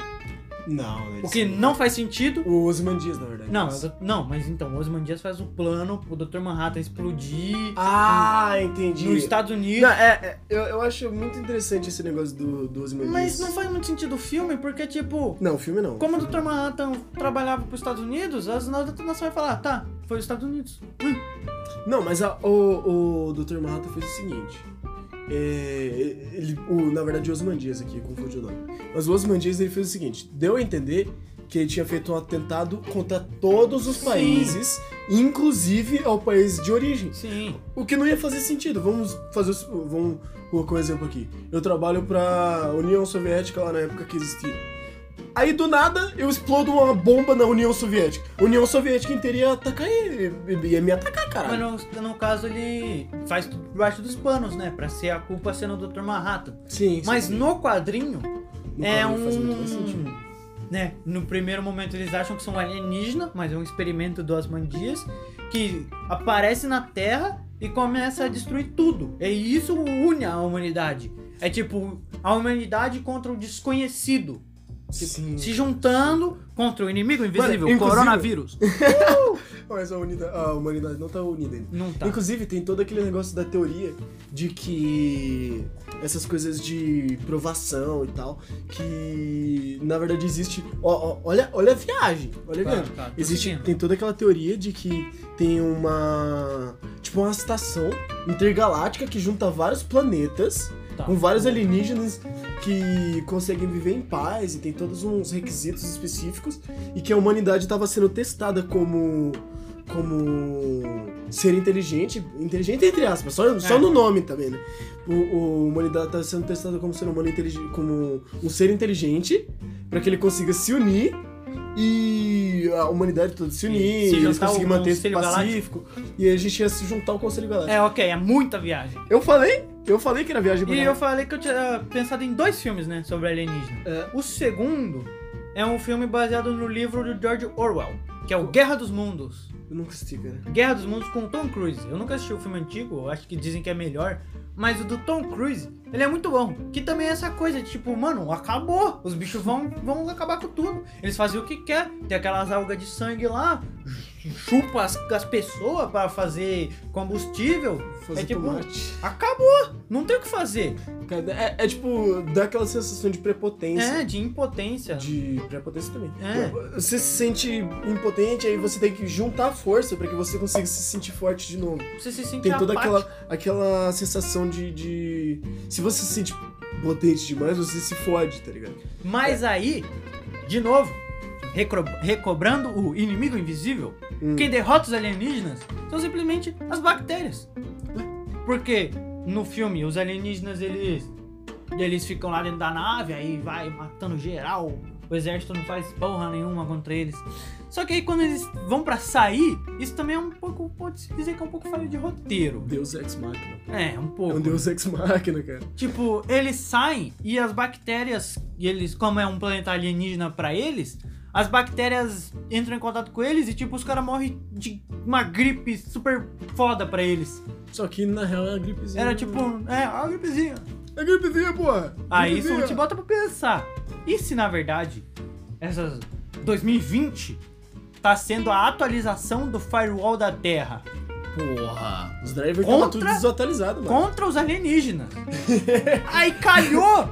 [SPEAKER 2] Não, eles-
[SPEAKER 1] o que não faz sentido.
[SPEAKER 2] O Ozymandias, na verdade.
[SPEAKER 1] Não, eu- não, mas então, o Ozymandias faz o plano pro Dr. Manhattan explodir
[SPEAKER 2] Ah, entendi.
[SPEAKER 1] nos Estados Unidos.
[SPEAKER 2] Não, é, é, eu, eu acho muito interessante esse negócio do, do Ozymandias.
[SPEAKER 1] mas não faz muito sentido o filme, porque tipo,
[SPEAKER 2] Não, filme não.
[SPEAKER 1] como o Dr. Manhattan trabalhava pros Estados Unidos, as nações vai falar, tá, foi os Estados Unidos. Hum,
[SPEAKER 2] Não, mas a- o, o Dr. Manhattan fez o seguinte. É, ele, o, na verdade, o Osman Dias aqui, confundiu o nome. Mas o Osman Dias ele fez o seguinte: deu a entender que ele tinha feito um atentado contra todos os países, inclusive ao país de origem.
[SPEAKER 1] Sim.
[SPEAKER 2] O que não ia fazer sentido. Vamos fazer. o- Vamos colocar um exemplo aqui. Eu trabalho pra União Soviética lá na época que existia. Aí do nada eu explodo uma bomba na União Soviética. A União Soviética inteira ia atacar e e- ia me atacar,
[SPEAKER 1] Mas
[SPEAKER 2] caralho.
[SPEAKER 1] no, no caso ele faz tudo debaixo dos panos, né? Pra ser a culpa sendo o Dr. Manhattan.
[SPEAKER 2] Sim,
[SPEAKER 1] Mas no quadrinho
[SPEAKER 2] No
[SPEAKER 1] é
[SPEAKER 2] quadrinho faz muito mais
[SPEAKER 1] um.
[SPEAKER 2] sentido.
[SPEAKER 1] né, no primeiro momento eles acham que são alienígena, mas é um experimento do Asmandias que aparece na Terra e começa a destruir tudo. E isso une a humanidade. É tipo a humanidade contra o desconhecido, Tipo,
[SPEAKER 2] Sim.
[SPEAKER 1] se juntando contra o inimigo invisível,
[SPEAKER 2] inclusive-
[SPEAKER 1] coronavírus.
[SPEAKER 2] Mas a, unida- a humanidade não tá unida ainda.
[SPEAKER 1] Não tá.
[SPEAKER 2] Inclusive, tem todo aquele negócio da teoria de que essas coisas de provação e tal, que na verdade existe. ó, ó, olha, olha a viagem, olha a
[SPEAKER 1] Claro,
[SPEAKER 2] viagem.
[SPEAKER 1] claro, Tá, tô
[SPEAKER 2] existe,
[SPEAKER 1] seguindo.
[SPEAKER 2] tem toda aquela teoria de que tem uma. Tipo, uma estação intergaláctica que junta vários planetas
[SPEAKER 1] Tá.
[SPEAKER 2] com vários alienígenas que conseguem viver em paz e tem todos uns requisitos específicos e que a humanidade estava sendo testada como como ser inteligente, inteligente entre aspas, só,
[SPEAKER 1] É.
[SPEAKER 2] só no nome também, né? O, o- a humanidade está sendo testada como ser humano inteligente, como um ser inteligente para que ele consiga se unir e a humanidade toda se unir,
[SPEAKER 1] se
[SPEAKER 2] eles
[SPEAKER 1] juntar ao
[SPEAKER 2] conseguirem manter esse
[SPEAKER 1] Conselho
[SPEAKER 2] pacífico e a gente ia se juntar ao Conselho Galáctico.
[SPEAKER 1] É, ok, é muita viagem.
[SPEAKER 2] Eu falei, eu falei que era viagem pra
[SPEAKER 1] E eu
[SPEAKER 2] Galáctica.
[SPEAKER 1] falei que eu tinha ah, pensado em dois filmes, né, sobre alienígena.
[SPEAKER 2] É.
[SPEAKER 1] O segundo é um filme baseado no livro do George Orwell, que é o Guerra dos Mundos.
[SPEAKER 2] eu não assisti, cara.
[SPEAKER 1] Guerra dos Mundos com o Tom Cruise. Eu nunca assisti o filme antigo, eu acho que dizem que é melhor. Mas o do Tom Cruise, ele é muito bom. Que também é essa coisa, tipo, mano, acabou. Os bichos vão, vão acabar com tudo. Eles fazem o que quer. Tem aquelas algas de sangue lá, ch- chupa as, as pessoas pra fazer combustível.
[SPEAKER 2] Fazer
[SPEAKER 1] É tipo-
[SPEAKER 2] tomate.
[SPEAKER 1] Acabou. Não tem o que fazer.
[SPEAKER 2] Cara, é, é tipo, dá aquela sensação de prepotência.
[SPEAKER 1] É, de impotência.
[SPEAKER 2] De prepotência também.
[SPEAKER 1] É.
[SPEAKER 2] Você se sente impotente, aí você tem que juntar força pra que você consiga se sentir forte de novo.
[SPEAKER 1] Você se sente
[SPEAKER 2] Tem toda
[SPEAKER 1] apático.
[SPEAKER 2] aquela, aquela sensação de, de. Se você se sente potente demais, você se fode, tá ligado?
[SPEAKER 1] Mas aí, de novo, recro- recobrando o inimigo invisível,
[SPEAKER 2] Hum.
[SPEAKER 1] quem derrota os alienígenas são simplesmente as bactérias.
[SPEAKER 2] É.
[SPEAKER 1] Porque no filme, os alienígenas, eles, eles ficam lá dentro da nave, aí vai matando geral, o exército não faz porra nenhuma contra eles. Só que aí quando eles vão pra sair, isso também é um pouco, pode-se dizer que é um pouco falha de roteiro.
[SPEAKER 2] Deus ex machina.
[SPEAKER 1] É, um
[SPEAKER 2] É
[SPEAKER 1] pouco.
[SPEAKER 2] um Deus ex machina, cara.
[SPEAKER 1] Tipo, eles saem e as bactérias, e eles, como é um planeta alienígena pra eles, as bactérias entram em contato com eles e tipo os caras morrem de uma gripe super foda pra eles.
[SPEAKER 2] Só que na real é a gripezinha.
[SPEAKER 1] Era tipo, é, ó, a gripezinha.
[SPEAKER 2] É a gripezinha, porra!
[SPEAKER 1] Aí
[SPEAKER 2] Gripezinha.
[SPEAKER 1] isso é um tipo te bota pra pensar. E se na verdade essas 2020 tá sendo a atualização do firewall da Terra
[SPEAKER 2] Porra! Os drivers
[SPEAKER 1] Contra-
[SPEAKER 2] estavam tudo desatualizado, mano.
[SPEAKER 1] contra os alienígenas? Aí calhou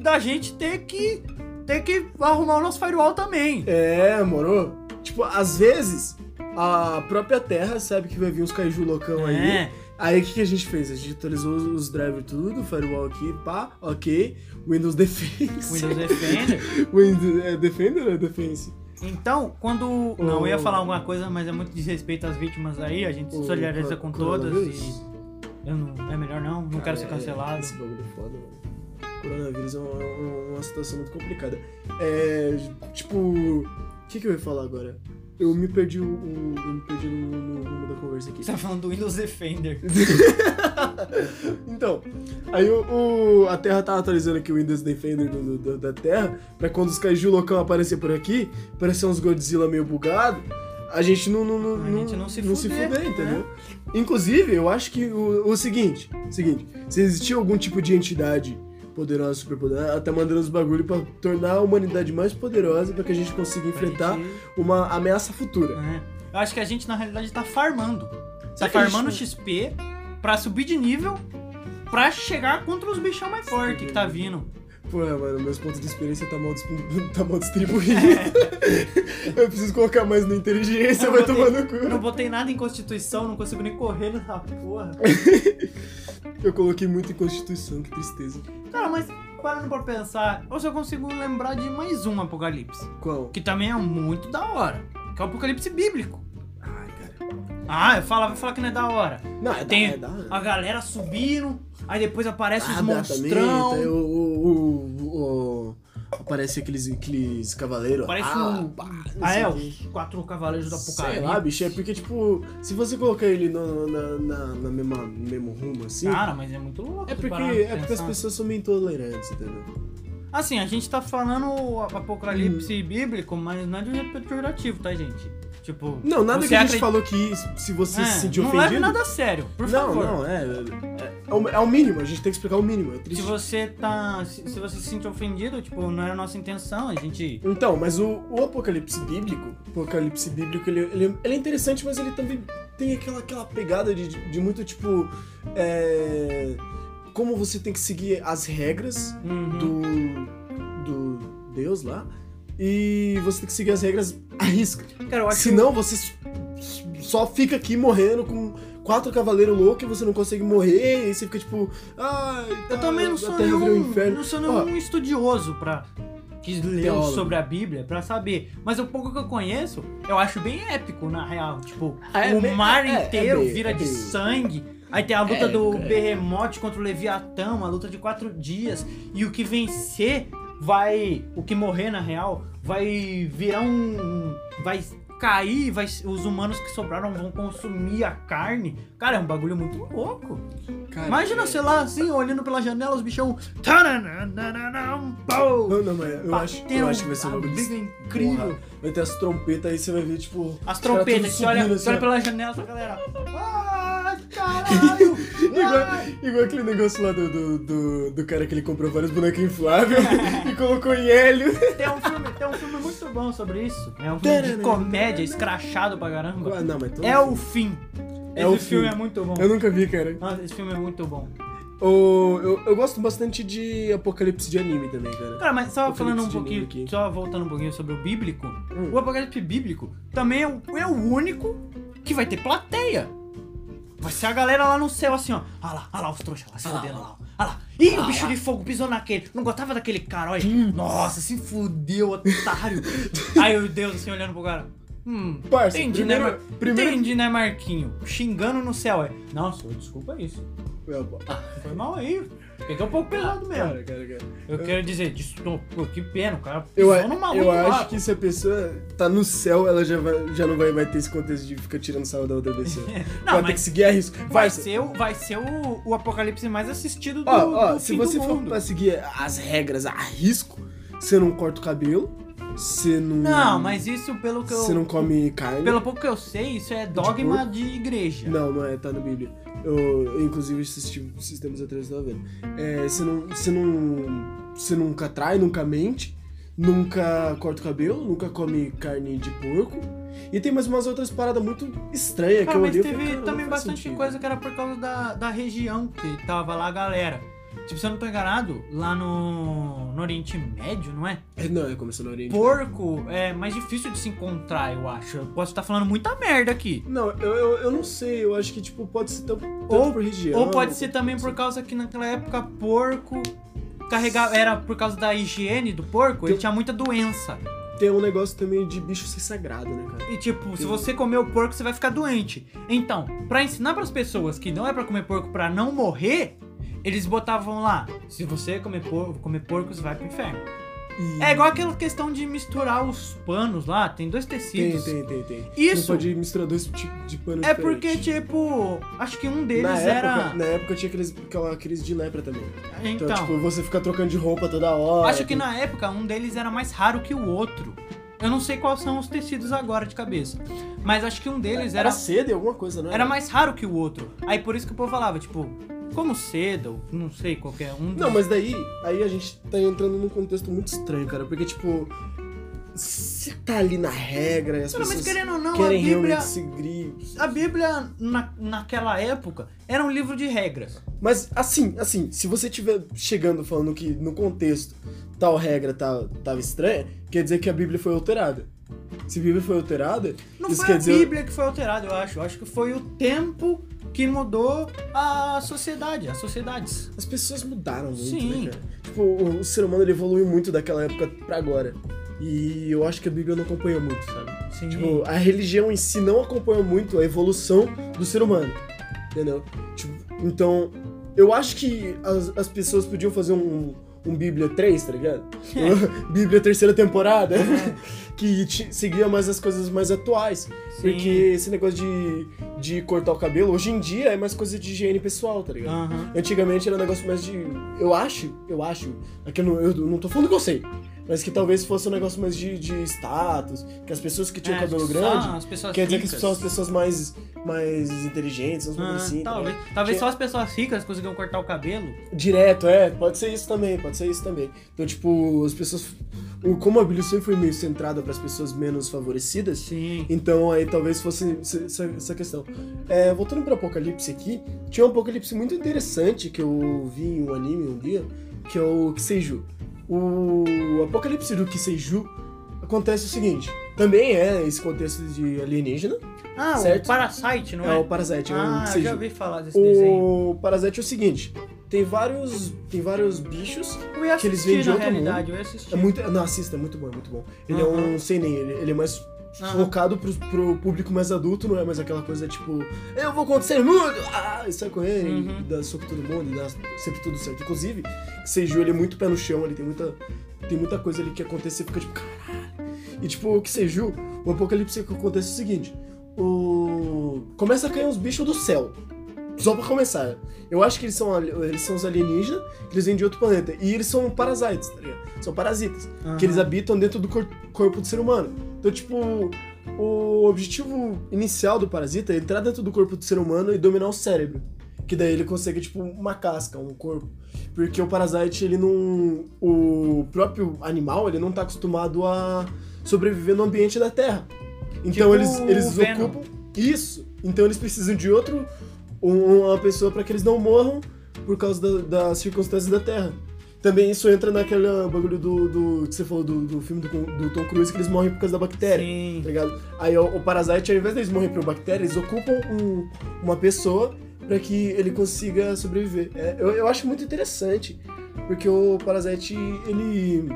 [SPEAKER 1] da gente ter que ter que arrumar o nosso firewall também.
[SPEAKER 2] É, moro? Tipo, às vezes a própria Terra sabe que vai vir uns caju loucão Então aí.
[SPEAKER 1] É,
[SPEAKER 2] Aí o que, que a gente fez? A gente atualizou os- os drivers tudo, firewall aqui, pá, ok. Windows Defense.
[SPEAKER 1] Windows Defender.
[SPEAKER 2] Windows- é Defender ou é Defense?
[SPEAKER 1] Então, quando. Não, eu ia falar alguma coisa, mas é muito desrespeito às vítimas aí, a gente se
[SPEAKER 2] O
[SPEAKER 1] solidariza
[SPEAKER 2] co-
[SPEAKER 1] com todas
[SPEAKER 2] coronavírus?
[SPEAKER 1] e. Eu não, é melhor não, não
[SPEAKER 2] Cara,
[SPEAKER 1] quero ser
[SPEAKER 2] é-
[SPEAKER 1] cancelado.
[SPEAKER 2] Esse bagulho é foda, mano. Coronavírus é uma, uma- uma situação muito complicada. É. Tipo. O que, que eu ia falar agora? Eu me perdi o. o- eu me perdi no, no rumo da conversa aqui.
[SPEAKER 1] Você tá falando do Windows Defender.
[SPEAKER 2] Então, aí o, o- a Terra tá atualizando aqui o Windows Defender do- do- do- da Terra, pra quando os Kaiju loucão aparecer por aqui, parecer uns Godzilla meio bugado, a gente não, não, não,
[SPEAKER 1] A gente não se fuder, né?
[SPEAKER 2] entendeu? Inclusive, eu acho que o, o seguinte, seguinte, se existir algum tipo de entidade poderosa, superpoderosa, ela tá mandando os bagulho pra tornar a humanidade mais poderosa pra que a gente consiga enfrentar
[SPEAKER 1] Gente,
[SPEAKER 2] uma ameaça futura.
[SPEAKER 1] né? Eu acho que a gente, na realidade, tá farmando. Tá
[SPEAKER 2] Será que é a gente
[SPEAKER 1] farmando
[SPEAKER 2] não-
[SPEAKER 1] XP pra subir de nível pra chegar contra os bichão mais fortes que tá vindo.
[SPEAKER 2] Pô, é, mano, meus pontos de experiência tá mal, dis- tá mal distribuído. eu preciso colocar mais na inteligência,
[SPEAKER 1] É. Eu
[SPEAKER 2] vai
[SPEAKER 1] botei-
[SPEAKER 2] tomar no
[SPEAKER 1] Eu não
[SPEAKER 2] cu.
[SPEAKER 1] botei nada em Constituição, não consigo nem correr nessa porra.
[SPEAKER 2] Eu coloquei muito em Constituição, que tristeza.
[SPEAKER 1] Cara, mas parando pra pensar, eu só consigo lembrar de mais um apocalipse.
[SPEAKER 2] Qual?
[SPEAKER 1] Que também é muito da hora. Que é o apocalipse bíblico.
[SPEAKER 2] Ai, cara.
[SPEAKER 1] Ah, eu falo, vai falar que não é da hora.
[SPEAKER 2] Não, é
[SPEAKER 1] Tem
[SPEAKER 2] da, é da-
[SPEAKER 1] a galera subindo, aí depois aparece os
[SPEAKER 2] Ah, dá também,
[SPEAKER 1] monstrão.
[SPEAKER 2] tem o, o, o- o- Aparece aqueles, aqueles cavaleiros.
[SPEAKER 1] Parece
[SPEAKER 2] ah,
[SPEAKER 1] um-
[SPEAKER 2] pá, não
[SPEAKER 1] Ah,
[SPEAKER 2] sei
[SPEAKER 1] é,
[SPEAKER 2] o quê.
[SPEAKER 1] os quatro cavaleiros do
[SPEAKER 2] Sei
[SPEAKER 1] apocalipse.
[SPEAKER 2] lá, bicho, é porque, tipo, se você colocar ele no, na, na, na mesma, no mesmo rumo, assim,
[SPEAKER 1] Cara, mas é muito louco.
[SPEAKER 2] é porque,
[SPEAKER 1] parar pra
[SPEAKER 2] é porque as
[SPEAKER 1] pensar.
[SPEAKER 2] pessoas são meio intolerantes, entendeu?
[SPEAKER 1] Assim, a gente tá falando o
[SPEAKER 2] Uhum.
[SPEAKER 1] apocalipse bíblico, mas não é de um jeito pejorativo, tá, gente? Tipo.
[SPEAKER 2] Não, nada
[SPEAKER 1] você
[SPEAKER 2] que a gente
[SPEAKER 1] acredita-
[SPEAKER 2] falou que se você
[SPEAKER 1] É,
[SPEAKER 2] se sentir
[SPEAKER 1] não
[SPEAKER 2] ofendido...
[SPEAKER 1] leve nada a sério, por
[SPEAKER 2] não,
[SPEAKER 1] favor.
[SPEAKER 2] não, é, é, é o, é o mínimo, a gente tem que explicar o mínimo, é
[SPEAKER 1] Se
[SPEAKER 2] triste.
[SPEAKER 1] você tá. Se, se você se sente ofendido, tipo, não era a nossa intenção, a gente.
[SPEAKER 2] Então, mas o, o apocalipse bíblico, o apocalipse bíblico, ele, ele, ele é interessante, mas ele também tem aquela, aquela pegada de, de muito, tipo, é, como você tem que seguir as regras
[SPEAKER 1] Uhum.
[SPEAKER 2] do, do Deus lá. E você tem que seguir as regras à risca.
[SPEAKER 1] Cara, eu acho
[SPEAKER 2] Senão você s- s- só fica aqui morrendo com quatro cavaleiros loucos e você não consegue morrer. E aí você fica tipo. Ai,
[SPEAKER 1] Eu também não
[SPEAKER 2] a
[SPEAKER 1] sou
[SPEAKER 2] terra virou
[SPEAKER 1] nenhum,
[SPEAKER 2] inferno.
[SPEAKER 1] não sou
[SPEAKER 2] Ó.
[SPEAKER 1] nenhum estudioso pra que leu
[SPEAKER 2] Teólogo.
[SPEAKER 1] sobre a Bíblia pra saber, mas o pouco que eu conheço, eu acho bem épico na real, tipo,
[SPEAKER 2] Ah, é
[SPEAKER 1] o
[SPEAKER 2] bem-
[SPEAKER 1] mar
[SPEAKER 2] é- é
[SPEAKER 1] inteiro
[SPEAKER 2] bem-
[SPEAKER 1] vira
[SPEAKER 2] é
[SPEAKER 1] de
[SPEAKER 2] bem-
[SPEAKER 1] sangue. Aí tem a luta
[SPEAKER 2] É,
[SPEAKER 1] do
[SPEAKER 2] é.
[SPEAKER 1] Berremote contra o Leviatã, uma luta de quatro dias. E o que vencer vai. O que morrer, na real, vai virar um. Vai cair, vai, os humanos que sobraram vão consumir a carne. Cara, é um bagulho muito louco.
[SPEAKER 2] Cara,
[SPEAKER 1] Imagina,
[SPEAKER 2] é-
[SPEAKER 1] sei lá, assim, olhando pela janela, os bichão. Tarananananam, pau!
[SPEAKER 2] Não, não, mas eu acho,
[SPEAKER 1] Batendo
[SPEAKER 2] eu acho que vai ser um
[SPEAKER 1] uma
[SPEAKER 2] bagulho
[SPEAKER 1] briga incrível.
[SPEAKER 2] porra. Vai ter as trompetas aí, você vai ver, tipo.
[SPEAKER 1] As
[SPEAKER 2] os caras
[SPEAKER 1] trompetas,
[SPEAKER 2] tudo
[SPEAKER 1] você olha,
[SPEAKER 2] subindo,
[SPEAKER 1] você olha
[SPEAKER 2] assim, ó.
[SPEAKER 1] pela janela, essa galera. Ai, caralho! ai."
[SPEAKER 2] Igual, igual aquele negócio lá do, do, do, do cara que ele comprou vários bonequinhos infláveis e colocou em hélio.
[SPEAKER 1] Tem um, filme, tem um filme muito bom sobre isso. É um filme de comédia, escrachado pra caramba.
[SPEAKER 2] Ah, Não, mas todo
[SPEAKER 1] É o fim.
[SPEAKER 2] É
[SPEAKER 1] Esse
[SPEAKER 2] o
[SPEAKER 1] filme
[SPEAKER 2] fim.
[SPEAKER 1] é muito bom.
[SPEAKER 2] Eu nunca vi, cara.
[SPEAKER 1] Nossa, esse filme é muito bom.
[SPEAKER 2] O- eu, eu gosto bastante de apocalipse de anime também, cara.
[SPEAKER 1] Cara, mas só
[SPEAKER 2] Apocalipse
[SPEAKER 1] falando um
[SPEAKER 2] de
[SPEAKER 1] pouquinho,
[SPEAKER 2] novo aqui.
[SPEAKER 1] só voltando um pouquinho sobre o bíblico,
[SPEAKER 2] Hum.
[SPEAKER 1] o apocalipse bíblico também é o, é o único que vai ter plateia. Vai ser a galera lá no céu assim, ó. Ah lá, ah lá os trouxas lá, se fudendo lá. ó. Ah lá. Ih, o bicho de fogo pisou naquele. Não gostava daquele cara, olha. Nossa, se fudeu, otário. Aí o Deus assim olhando pro cara. Hum,
[SPEAKER 2] Parça,
[SPEAKER 1] entendi,
[SPEAKER 2] primeiro-
[SPEAKER 1] né, Mar...
[SPEAKER 2] primeiro-
[SPEAKER 1] entendi, né, Marquinho? Xingando no céu, é. Não, senhor, desculpa isso. Foi mal aí. Peguei um pouco pesado mesmo.
[SPEAKER 2] Cara, cara, cara.
[SPEAKER 1] Eu quero dizer, desculpa, pô, que pena, o cara
[SPEAKER 2] Eu,
[SPEAKER 1] pisou
[SPEAKER 2] a-
[SPEAKER 1] no maluco
[SPEAKER 2] eu
[SPEAKER 1] lá.
[SPEAKER 2] acho que se a pessoa tá no céu, ela já, vai- já não vai, vai ter esse contexto de ficar tirando sal da outra pessoa.
[SPEAKER 1] Não,
[SPEAKER 2] vai ter
[SPEAKER 1] mas-
[SPEAKER 2] que seguir a risco.
[SPEAKER 1] Vai
[SPEAKER 2] Vai, ser.
[SPEAKER 1] ser, o- vai ser o, o apocalipse mais assistido do,
[SPEAKER 2] Ó, ó,
[SPEAKER 1] do
[SPEAKER 2] se
[SPEAKER 1] fim
[SPEAKER 2] você
[SPEAKER 1] do
[SPEAKER 2] for
[SPEAKER 1] mundo.
[SPEAKER 2] pra seguir as regras a risco, você não corta o cabelo, você não.
[SPEAKER 1] Não, mas isso pelo que eu.
[SPEAKER 2] Você não come carne.
[SPEAKER 1] Pelo pouco que eu sei, isso é dogma de, igreja.
[SPEAKER 2] Não, não é, tá na Bíblia. Eu, eu, inclusive, assisti esses tempos atrás, eu tava vendo. É, você não. Você não. Você nunca trai, nunca mente, nunca corta o cabelo, nunca come carne de porco. E tem mais umas outras paradas muito estranhas que
[SPEAKER 1] Cara,
[SPEAKER 2] eu
[SPEAKER 1] Ah, mas
[SPEAKER 2] odeio.
[SPEAKER 1] teve
[SPEAKER 2] eu falei, cara, não
[SPEAKER 1] também
[SPEAKER 2] faz
[SPEAKER 1] bastante
[SPEAKER 2] sentido.
[SPEAKER 1] coisa que era por causa da, da região que tava lá a galera. Tipo, se eu não tô enganado, lá no, no Oriente Médio, não é?
[SPEAKER 2] É, não, é começou no Oriente.
[SPEAKER 1] Porco é mais difícil de se encontrar, eu acho. Eu posso estar falando muita merda aqui.
[SPEAKER 2] Não, eu, eu, eu não sei, eu acho que, tipo, pode ser tão, tanto
[SPEAKER 1] Ou-
[SPEAKER 2] por região.
[SPEAKER 1] Ou pode ser também
[SPEAKER 2] assim.
[SPEAKER 1] por causa que naquela época porco carregava. Era por causa da higiene do porco,
[SPEAKER 2] um
[SPEAKER 1] ele tinha muita doença.
[SPEAKER 2] Tem um negócio também de bicho ser sagrado, né, cara?
[SPEAKER 1] E tipo, se você comer o porco, você vai ficar doente. Então, pra ensinar pras pessoas que não é pra comer porco pra não morrer, eles botavam lá: se você comer porco, comer porco você vai pro inferno.
[SPEAKER 2] E-
[SPEAKER 1] É igual aquela questão de misturar os panos lá, tem dois
[SPEAKER 2] Tem,
[SPEAKER 1] tecidos.
[SPEAKER 2] tem, tem, tem.
[SPEAKER 1] Isso-
[SPEAKER 2] Não pode misturar dois tipos de pano
[SPEAKER 1] É
[SPEAKER 2] diferente.
[SPEAKER 1] porque, tipo, acho que um deles
[SPEAKER 2] na
[SPEAKER 1] era.
[SPEAKER 2] Época, na época tinha aqueles, aquela crise de lepra também. Então,
[SPEAKER 1] Então,
[SPEAKER 2] tipo, você fica trocando de roupa toda hora.
[SPEAKER 1] Acho que na época um deles era mais raro que o outro. Eu não sei quais são os tecidos agora de cabeça. Mas acho que um deles era,
[SPEAKER 2] Era cedo e alguma coisa, não era?
[SPEAKER 1] era mais raro que o outro. Aí por isso que o povo falava, tipo, como seda, ou não sei, qualquer um.
[SPEAKER 2] Não, mas daí aí a gente tá entrando num contexto muito estranho, cara. Porque, tipo, você tá ali na regra e as
[SPEAKER 1] Cara, mas
[SPEAKER 2] pessoas
[SPEAKER 1] querendo ou não, a
[SPEAKER 2] querem
[SPEAKER 1] Bíblia.
[SPEAKER 2] realmente seguir.
[SPEAKER 1] A Bíblia, na, naquela época, era um livro de regras.
[SPEAKER 2] Mas, assim, assim, se você tiver chegando falando que no contexto tal regra tá, tava estranha, quer dizer que a Bíblia foi alterada. Se a Bíblia foi alterada,
[SPEAKER 1] Não
[SPEAKER 2] isso
[SPEAKER 1] foi
[SPEAKER 2] quer
[SPEAKER 1] a
[SPEAKER 2] dizer...
[SPEAKER 1] Bíblia que foi alterada, eu acho. Eu acho que foi o tempo que mudou a sociedade, as sociedades.
[SPEAKER 2] As pessoas mudaram muito,
[SPEAKER 1] Sim.
[SPEAKER 2] né, cara? Tipo, o, o ser humano ele evoluiu muito daquela época pra agora. E eu acho que a Bíblia não acompanhou muito, sabe?
[SPEAKER 1] Sim.
[SPEAKER 2] Tipo, a religião em si não acompanha muito a evolução do ser humano. Entendeu? Tipo, então, eu acho que as, as pessoas podiam fazer um, um Bíblia 3, tá ligado?
[SPEAKER 1] É.
[SPEAKER 2] Bíblia terceira temporada. que te- seguia mais as coisas mais atuais.
[SPEAKER 1] Sim.
[SPEAKER 2] Porque esse negócio de, de cortar o cabelo, hoje em dia é mais coisa de higiene pessoal, tá ligado?
[SPEAKER 1] Aham.
[SPEAKER 2] Antigamente era um negócio mais de. Eu acho, eu acho. Aqui eu não, eu não tô falando que eu sei. Mas que talvez fosse um negócio mais de, de status. Que as pessoas que tinham
[SPEAKER 1] É,
[SPEAKER 2] cabelo
[SPEAKER 1] só
[SPEAKER 2] grande.
[SPEAKER 1] As pessoas
[SPEAKER 2] Quer dizer que
[SPEAKER 1] ricas.
[SPEAKER 2] são as pessoas mais, mais inteligentes, as
[SPEAKER 1] Ah,
[SPEAKER 2] mais assim. tá
[SPEAKER 1] talvez
[SPEAKER 2] ligado?
[SPEAKER 1] talvez
[SPEAKER 2] Que-
[SPEAKER 1] só as pessoas ricas conseguiam cortar o cabelo.
[SPEAKER 2] Direto, é. Pode ser isso também, pode ser isso também. Então, tipo, as pessoas. o- Como a Bíblia sempre foi meio centrada para as pessoas menos favorecidas,
[SPEAKER 1] Sim.
[SPEAKER 2] Então aí talvez fosse se- essa essa questão. É, voltando pro Apocalipse aqui, tinha um Apocalipse muito interessante que eu vi em um anime um dia, que é o Kiseiju. O Apocalipse do Kiseiju acontece o seguinte, também é esse contexto de alienígena,
[SPEAKER 1] Ah,
[SPEAKER 2] Certo.
[SPEAKER 1] o Parasite, não é?
[SPEAKER 2] é o Parasite, é o
[SPEAKER 1] Ah, eu já
[SPEAKER 2] Kiseiju.
[SPEAKER 1] ouvi falar desse desenho.
[SPEAKER 2] O Parasite é o seguinte, tem vários, tem vários bichos
[SPEAKER 1] Eu ia
[SPEAKER 2] que eles
[SPEAKER 1] assistir,
[SPEAKER 2] vêm de
[SPEAKER 1] na
[SPEAKER 2] outro
[SPEAKER 1] realidade, eu ia assistir.
[SPEAKER 2] É muito, não, assista, é muito bom, é muito bom. Ele é
[SPEAKER 1] Aham.
[SPEAKER 2] um sem nem, ele, ele é mais
[SPEAKER 1] Aham.
[SPEAKER 2] focado pro, pro público mais adulto, não é mais aquela coisa tipo, eu vou acontecer mundo, ah, e sai correndo, e
[SPEAKER 1] Uhum.
[SPEAKER 2] dá soco em todo mundo, e dá sempre tudo certo. Inclusive, que Seiju, ele é muito pé no chão, ele tem muita, tem muita coisa ali que acontece, você fica tipo, caralho. E tipo, o que Seiju, o apocalipse que acontece é o seguinte, o... começa a cair uns bichos do céu. Só pra começar, eu acho que eles são, ali- eles são os alienígenas, que eles vêm de outro planeta. E eles são parasites, tá ligado? São parasitas que eles habitam dentro do cor- corpo do ser humano. Então, tipo, o objetivo inicial do parasita é entrar dentro do corpo do ser humano e dominar o cérebro. Que daí ele consegue, tipo, uma casca, um corpo. Porque o parasite, ele não. O próprio animal, ele não tá acostumado a sobreviver no ambiente da Terra. Então
[SPEAKER 1] Tipo
[SPEAKER 2] eles, eles
[SPEAKER 1] o Venom.
[SPEAKER 2] ocupam. Isso! Então eles precisam de outro. um- Uma pessoa para que eles não morram por causa da- das circunstâncias da Terra. Também isso entra naquele bagulho do, do- que você falou do, do filme do, do Tom Cruise, que eles morrem por causa da bactéria.
[SPEAKER 1] Sim.
[SPEAKER 2] Tá ligado? Aí o, o parasite, ao invés deles morrerem por bactéria, eles ocupam um- uma pessoa pra que ele consiga sobreviver. É, eu, eu acho muito interessante, porque o parasite, ele,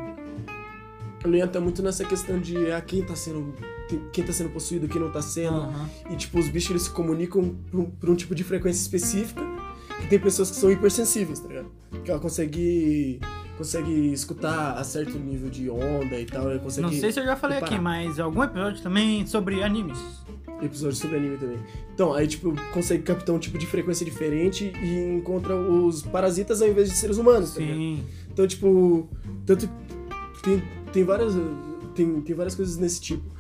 [SPEAKER 2] ele entra muito nessa questão de ah, quem tá sendo. quem- Quem tá sendo possuído, quem não tá sendo.
[SPEAKER 1] Aham.
[SPEAKER 2] E, tipo, os bichos eles se comunicam por um, por um tipo de frequência específica. E tem pessoas que são hipersensíveis, tá ligado? Que ela consegue, consegue escutar a certo nível de onda e tal. Ela consegue.
[SPEAKER 1] Não sei se eu já falei
[SPEAKER 2] Parar.
[SPEAKER 1] aqui, mas algum episódio também sobre animes.
[SPEAKER 2] Tá Episódio sobre anime também. Então, aí, tipo, consegue captar um tipo de frequência diferente e encontra os parasitas ao invés de seres humanos, tá ligado?
[SPEAKER 1] Sim.
[SPEAKER 2] Então, tipo, tanto tem, tem várias tem, tem várias coisas nesse tipo.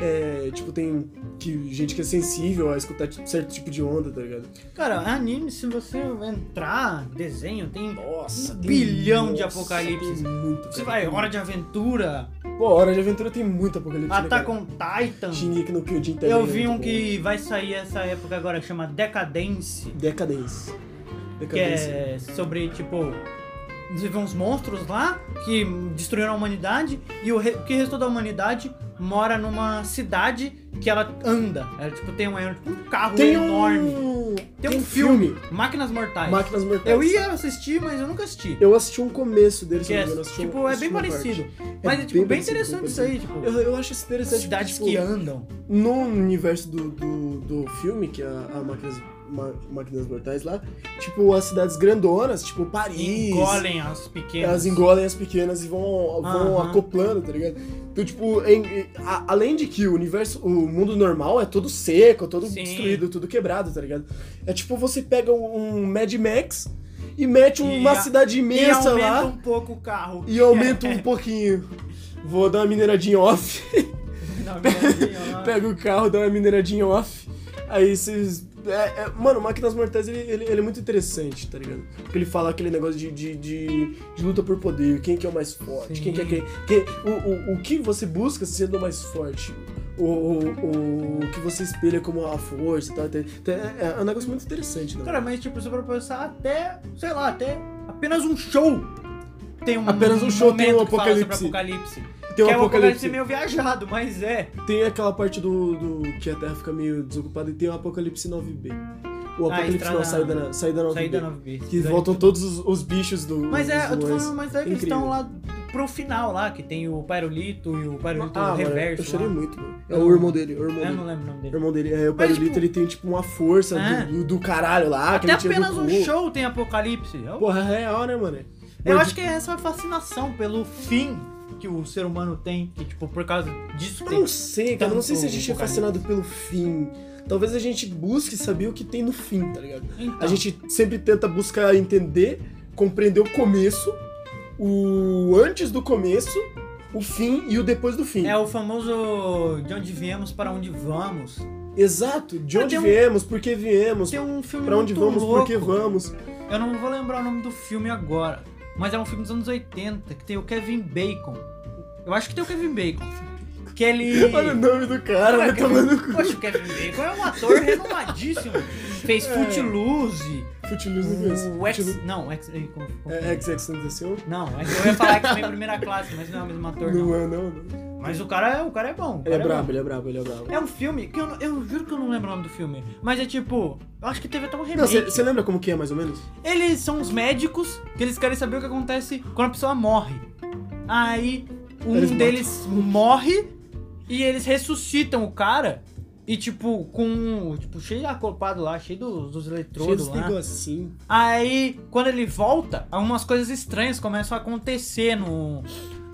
[SPEAKER 2] É, tipo, tem que gente que é sensível a escutar tipo, certo tipo de onda, tá ligado?
[SPEAKER 1] Cara, anime, se você entrar, desenho, tem.
[SPEAKER 2] Nossa,
[SPEAKER 1] Um
[SPEAKER 2] tem-
[SPEAKER 1] bilhão de
[SPEAKER 2] nossa,
[SPEAKER 1] apocalipses.
[SPEAKER 2] tem Muito,
[SPEAKER 1] Você
[SPEAKER 2] cara.
[SPEAKER 1] vai, Hora de Aventura,
[SPEAKER 2] Pô, Hora de Aventura tem muito apocalipse.
[SPEAKER 1] Attack
[SPEAKER 2] né,
[SPEAKER 1] on Titan.
[SPEAKER 2] cara? Shingeki no Kyojin também.
[SPEAKER 1] tá Eu
[SPEAKER 2] é
[SPEAKER 1] vi
[SPEAKER 2] muito
[SPEAKER 1] um
[SPEAKER 2] bom.
[SPEAKER 1] que vai sair essa época agora, que chama Decadence.
[SPEAKER 2] Decadência.
[SPEAKER 1] Que
[SPEAKER 2] Decadência.
[SPEAKER 1] é sobre, tipo. Você vê uns monstros lá que destruíram a humanidade e o re- o que restou da humanidade mora numa cidade que ela anda. Ela, tipo, tem um, é, tipo, um carro
[SPEAKER 2] Tem um...
[SPEAKER 1] enorme.
[SPEAKER 2] Tem,
[SPEAKER 1] Tem
[SPEAKER 2] um
[SPEAKER 1] um
[SPEAKER 2] filme.
[SPEAKER 1] Máquinas Mortais.
[SPEAKER 2] Máquinas Mortais.
[SPEAKER 1] Eu ia assistir, mas eu nunca assisti.
[SPEAKER 2] Eu assisti um começo dele, se
[SPEAKER 1] Que
[SPEAKER 2] eu não
[SPEAKER 1] é,
[SPEAKER 2] me engano, eu assisti
[SPEAKER 1] tipo,
[SPEAKER 2] um-
[SPEAKER 1] é
[SPEAKER 2] assisti
[SPEAKER 1] bem
[SPEAKER 2] uma parte.
[SPEAKER 1] parecido. Mas é, tipo, bem, interessante isso aí, tipo.
[SPEAKER 2] Eu, eu acho isso interessante.
[SPEAKER 1] cidades
[SPEAKER 2] tipo,
[SPEAKER 1] que andam.
[SPEAKER 2] No universo do, do, do filme, que é a, a Máquinas, Ma- Máquinas Mortais lá, tipo, as cidades grandonas, tipo Paris,
[SPEAKER 1] Engolem as pequenas.
[SPEAKER 2] Elas engolem as pequenas e vão, vão
[SPEAKER 1] Aham.
[SPEAKER 2] acoplando, tá ligado? Então, tipo, em- em- a- além de que o universo, o mundo normal é todo seco, todo
[SPEAKER 1] Sim.
[SPEAKER 2] destruído, tudo quebrado, tá ligado? É tipo você pega um, um Mad Max e mete
[SPEAKER 1] E
[SPEAKER 2] uma
[SPEAKER 1] a-
[SPEAKER 2] cidade
[SPEAKER 1] E
[SPEAKER 2] imensa
[SPEAKER 1] aumenta
[SPEAKER 2] lá
[SPEAKER 1] um pouco o carro.
[SPEAKER 2] e aumenta um pouquinho. Vou dar uma mineradinha off.
[SPEAKER 1] Na verdade,
[SPEAKER 2] Pega o carro, dá uma mineradinha off. Aí vocês. É, é- mano, Máquinas Mortais ele, ele, ele é muito interessante, tá ligado? Porque ele fala aquele negócio de, de, de, de luta por poder, quem que é o mais forte,
[SPEAKER 1] Sim.
[SPEAKER 2] quem que é quem. quem- o, o, o que você busca sendo o mais forte. O, o, o, o que você espelha como a força e tal. tem- tem- é, é um negócio muito interessante,
[SPEAKER 1] ó.
[SPEAKER 2] né?
[SPEAKER 1] Cara, mas tipo, se for pensar até, sei lá, até apenas um show. Tem um
[SPEAKER 2] Apenas um show, tem
[SPEAKER 1] momento
[SPEAKER 2] um
[SPEAKER 1] que fala sobre
[SPEAKER 2] apocalipse.
[SPEAKER 1] apocalipse.
[SPEAKER 2] tem
[SPEAKER 1] que é um
[SPEAKER 2] apocalipse.
[SPEAKER 1] apocalipse meio viajado, mas é.
[SPEAKER 2] Tem aquela parte do, do que a Terra fica meio desocupada e tem o Apocalipse 9B. o
[SPEAKER 1] Ah,
[SPEAKER 2] Apocalipse
[SPEAKER 1] Estrada-
[SPEAKER 2] não, Saída na, saída na
[SPEAKER 1] Saída
[SPEAKER 2] Aldeia,
[SPEAKER 1] 9 bis.
[SPEAKER 2] Que voltam todos os, os bichos do.
[SPEAKER 1] Mas é, eu
[SPEAKER 2] dos
[SPEAKER 1] tô
[SPEAKER 2] vilões.
[SPEAKER 1] falando, mas é a
[SPEAKER 2] Incrível.
[SPEAKER 1] questão lá pro final lá, que tem o Pairolito e o Pairolito
[SPEAKER 2] Ah, mano, eu
[SPEAKER 1] reverso.
[SPEAKER 2] chorei
[SPEAKER 1] lá.
[SPEAKER 2] muito, mano. É
[SPEAKER 1] Eu-
[SPEAKER 2] o irmão dele, o irmão
[SPEAKER 1] Eu não
[SPEAKER 2] dele.
[SPEAKER 1] lembro o nome
[SPEAKER 2] O
[SPEAKER 1] dele.
[SPEAKER 2] irmão dele, é, o
[SPEAKER 1] Mas,
[SPEAKER 2] Pairolito,
[SPEAKER 1] tipo,
[SPEAKER 2] ele tem, tipo, uma força
[SPEAKER 1] é.
[SPEAKER 2] do, do caralho lá, que
[SPEAKER 1] Até
[SPEAKER 2] ele tira
[SPEAKER 1] apenas
[SPEAKER 2] do
[SPEAKER 1] um
[SPEAKER 2] cu.
[SPEAKER 1] show tem Apocalipse. Eu,
[SPEAKER 2] Porra, é real, né, mano?
[SPEAKER 1] eu acho que é essa fascinação pelo fim que o ser humano tem, que tipo, por causa disso
[SPEAKER 2] tipo, Eu
[SPEAKER 1] tem.
[SPEAKER 2] não sei, cara. Eu não sei se a
[SPEAKER 1] um
[SPEAKER 2] gente é fascinado pelo fim. Talvez a gente busque saber o que tem no fim, tá ligado?
[SPEAKER 1] Então,
[SPEAKER 2] A gente sempre tenta buscar entender, compreender o começo, o antes do começo, o fim e o depois do fim.
[SPEAKER 1] É o famoso de onde viemos para onde vamos.
[SPEAKER 2] Exato. De
[SPEAKER 1] Mas
[SPEAKER 2] onde
[SPEAKER 1] tem um-
[SPEAKER 2] viemos, por que viemos,
[SPEAKER 1] Tem um filme
[SPEAKER 2] pra onde
[SPEAKER 1] muito
[SPEAKER 2] vamos,
[SPEAKER 1] louco.
[SPEAKER 2] por que vamos.
[SPEAKER 1] Eu não vou lembrar o nome do filme agora, mas é um filme dos anos 80 que tem o Kevin Bacon. Eu acho que tem o Kevin Bacon. Que ele.
[SPEAKER 2] Olha o nome do cara, né? tá
[SPEAKER 1] Ué,
[SPEAKER 2] vai
[SPEAKER 1] Kevin-
[SPEAKER 2] tomando cu.
[SPEAKER 1] Poxa, o Kevin Bacon é um ator renomadíssimo. Fez
[SPEAKER 2] É.
[SPEAKER 1] Footloose,
[SPEAKER 2] Footloose não conheço.
[SPEAKER 1] o X.
[SPEAKER 2] Footloose-
[SPEAKER 1] Não, X. ei, como- como-
[SPEAKER 2] né, É XX aconteceu?
[SPEAKER 1] Não, é eu ia falar X-Men primeira classe, mas não é o mesmo ator, não.
[SPEAKER 2] Não é, não. não.
[SPEAKER 1] Mas o cara, é- o cara é bom. o
[SPEAKER 2] Ele
[SPEAKER 1] cara
[SPEAKER 2] é
[SPEAKER 1] bom.
[SPEAKER 2] brabo, ele é brabo, ele é brabo.
[SPEAKER 1] É um filme que eu, não- eu juro que eu não lembro o nome do filme. Mas é tipo, eu acho que teve até um
[SPEAKER 2] Não,
[SPEAKER 1] remake.
[SPEAKER 2] você lembra como que é, mais ou menos?
[SPEAKER 1] Eles são os médicos que eles querem saber o que acontece quando a pessoa morre. Aí um
[SPEAKER 2] Eles matam.
[SPEAKER 1] deles morre e eles ressuscitam o cara. E tipo, com. Tipo, cheio de acorpado lá, cheio dos, dos
[SPEAKER 2] Cheio
[SPEAKER 1] eletrodos
[SPEAKER 2] dos
[SPEAKER 1] lá.
[SPEAKER 2] negocinho.
[SPEAKER 1] Aí, quando ele volta, algumas coisas estranhas começam a acontecer no,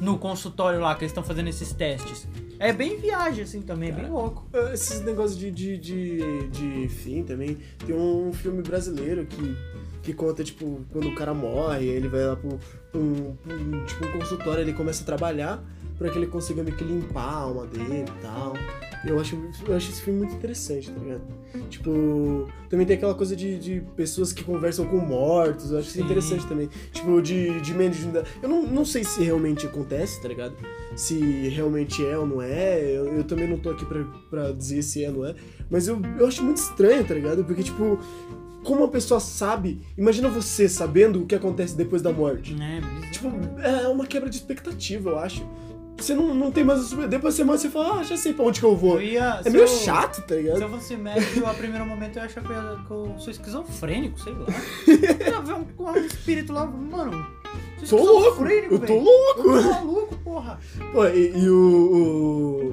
[SPEAKER 1] no consultório lá que eles estão fazendo esses testes. É bem viagem, assim, também, é bem louco.
[SPEAKER 2] Ah, Esses negócios de, de, de, de fim também. Tem um filme brasileiro que, que conta, tipo, quando o cara morre, ele vai lá pro, pra um, pra um- tipo, um consultório, ele começa a trabalhar pra que ele consiga meio que limpar a alma dele e tal. Eu acho, eu acho esse filme muito interessante, tá ligado? Tipo, também tem aquela coisa de, de pessoas que conversam com mortos, eu acho isso
[SPEAKER 1] Sim.
[SPEAKER 2] interessante também. Tipo, de, de mediunidade. Eu não, não sei se realmente acontece, tá ligado? Se realmente é ou não é. Eu, eu também não tô aqui pra, pra dizer se é ou não é. Mas eu, eu acho muito estranho, tá ligado? Porque, tipo, como a pessoa sabe. Imagina você sabendo o que acontece depois da morte.
[SPEAKER 1] Né?
[SPEAKER 2] Tipo, é uma quebra de expectativa, eu acho. Você não, não tem mais. Depois você morre, você fala, ah, já sei pra onde que eu vou.
[SPEAKER 1] eu ia,
[SPEAKER 2] É
[SPEAKER 1] se
[SPEAKER 2] meio
[SPEAKER 1] eu-
[SPEAKER 2] chato, tá
[SPEAKER 1] Se
[SPEAKER 2] ligado?
[SPEAKER 1] eu fosse médico, a primeiro momento eu ia achar que eu, que eu sou esquizofrênico, sei lá. Eu ia ver um, um espírito lá, mano. sou
[SPEAKER 2] Tô louco!
[SPEAKER 1] esquizofrênico,
[SPEAKER 2] Eu tô
[SPEAKER 1] velho.
[SPEAKER 2] louco!
[SPEAKER 1] Eu tô maluco, porra.
[SPEAKER 2] Pô, e, e o,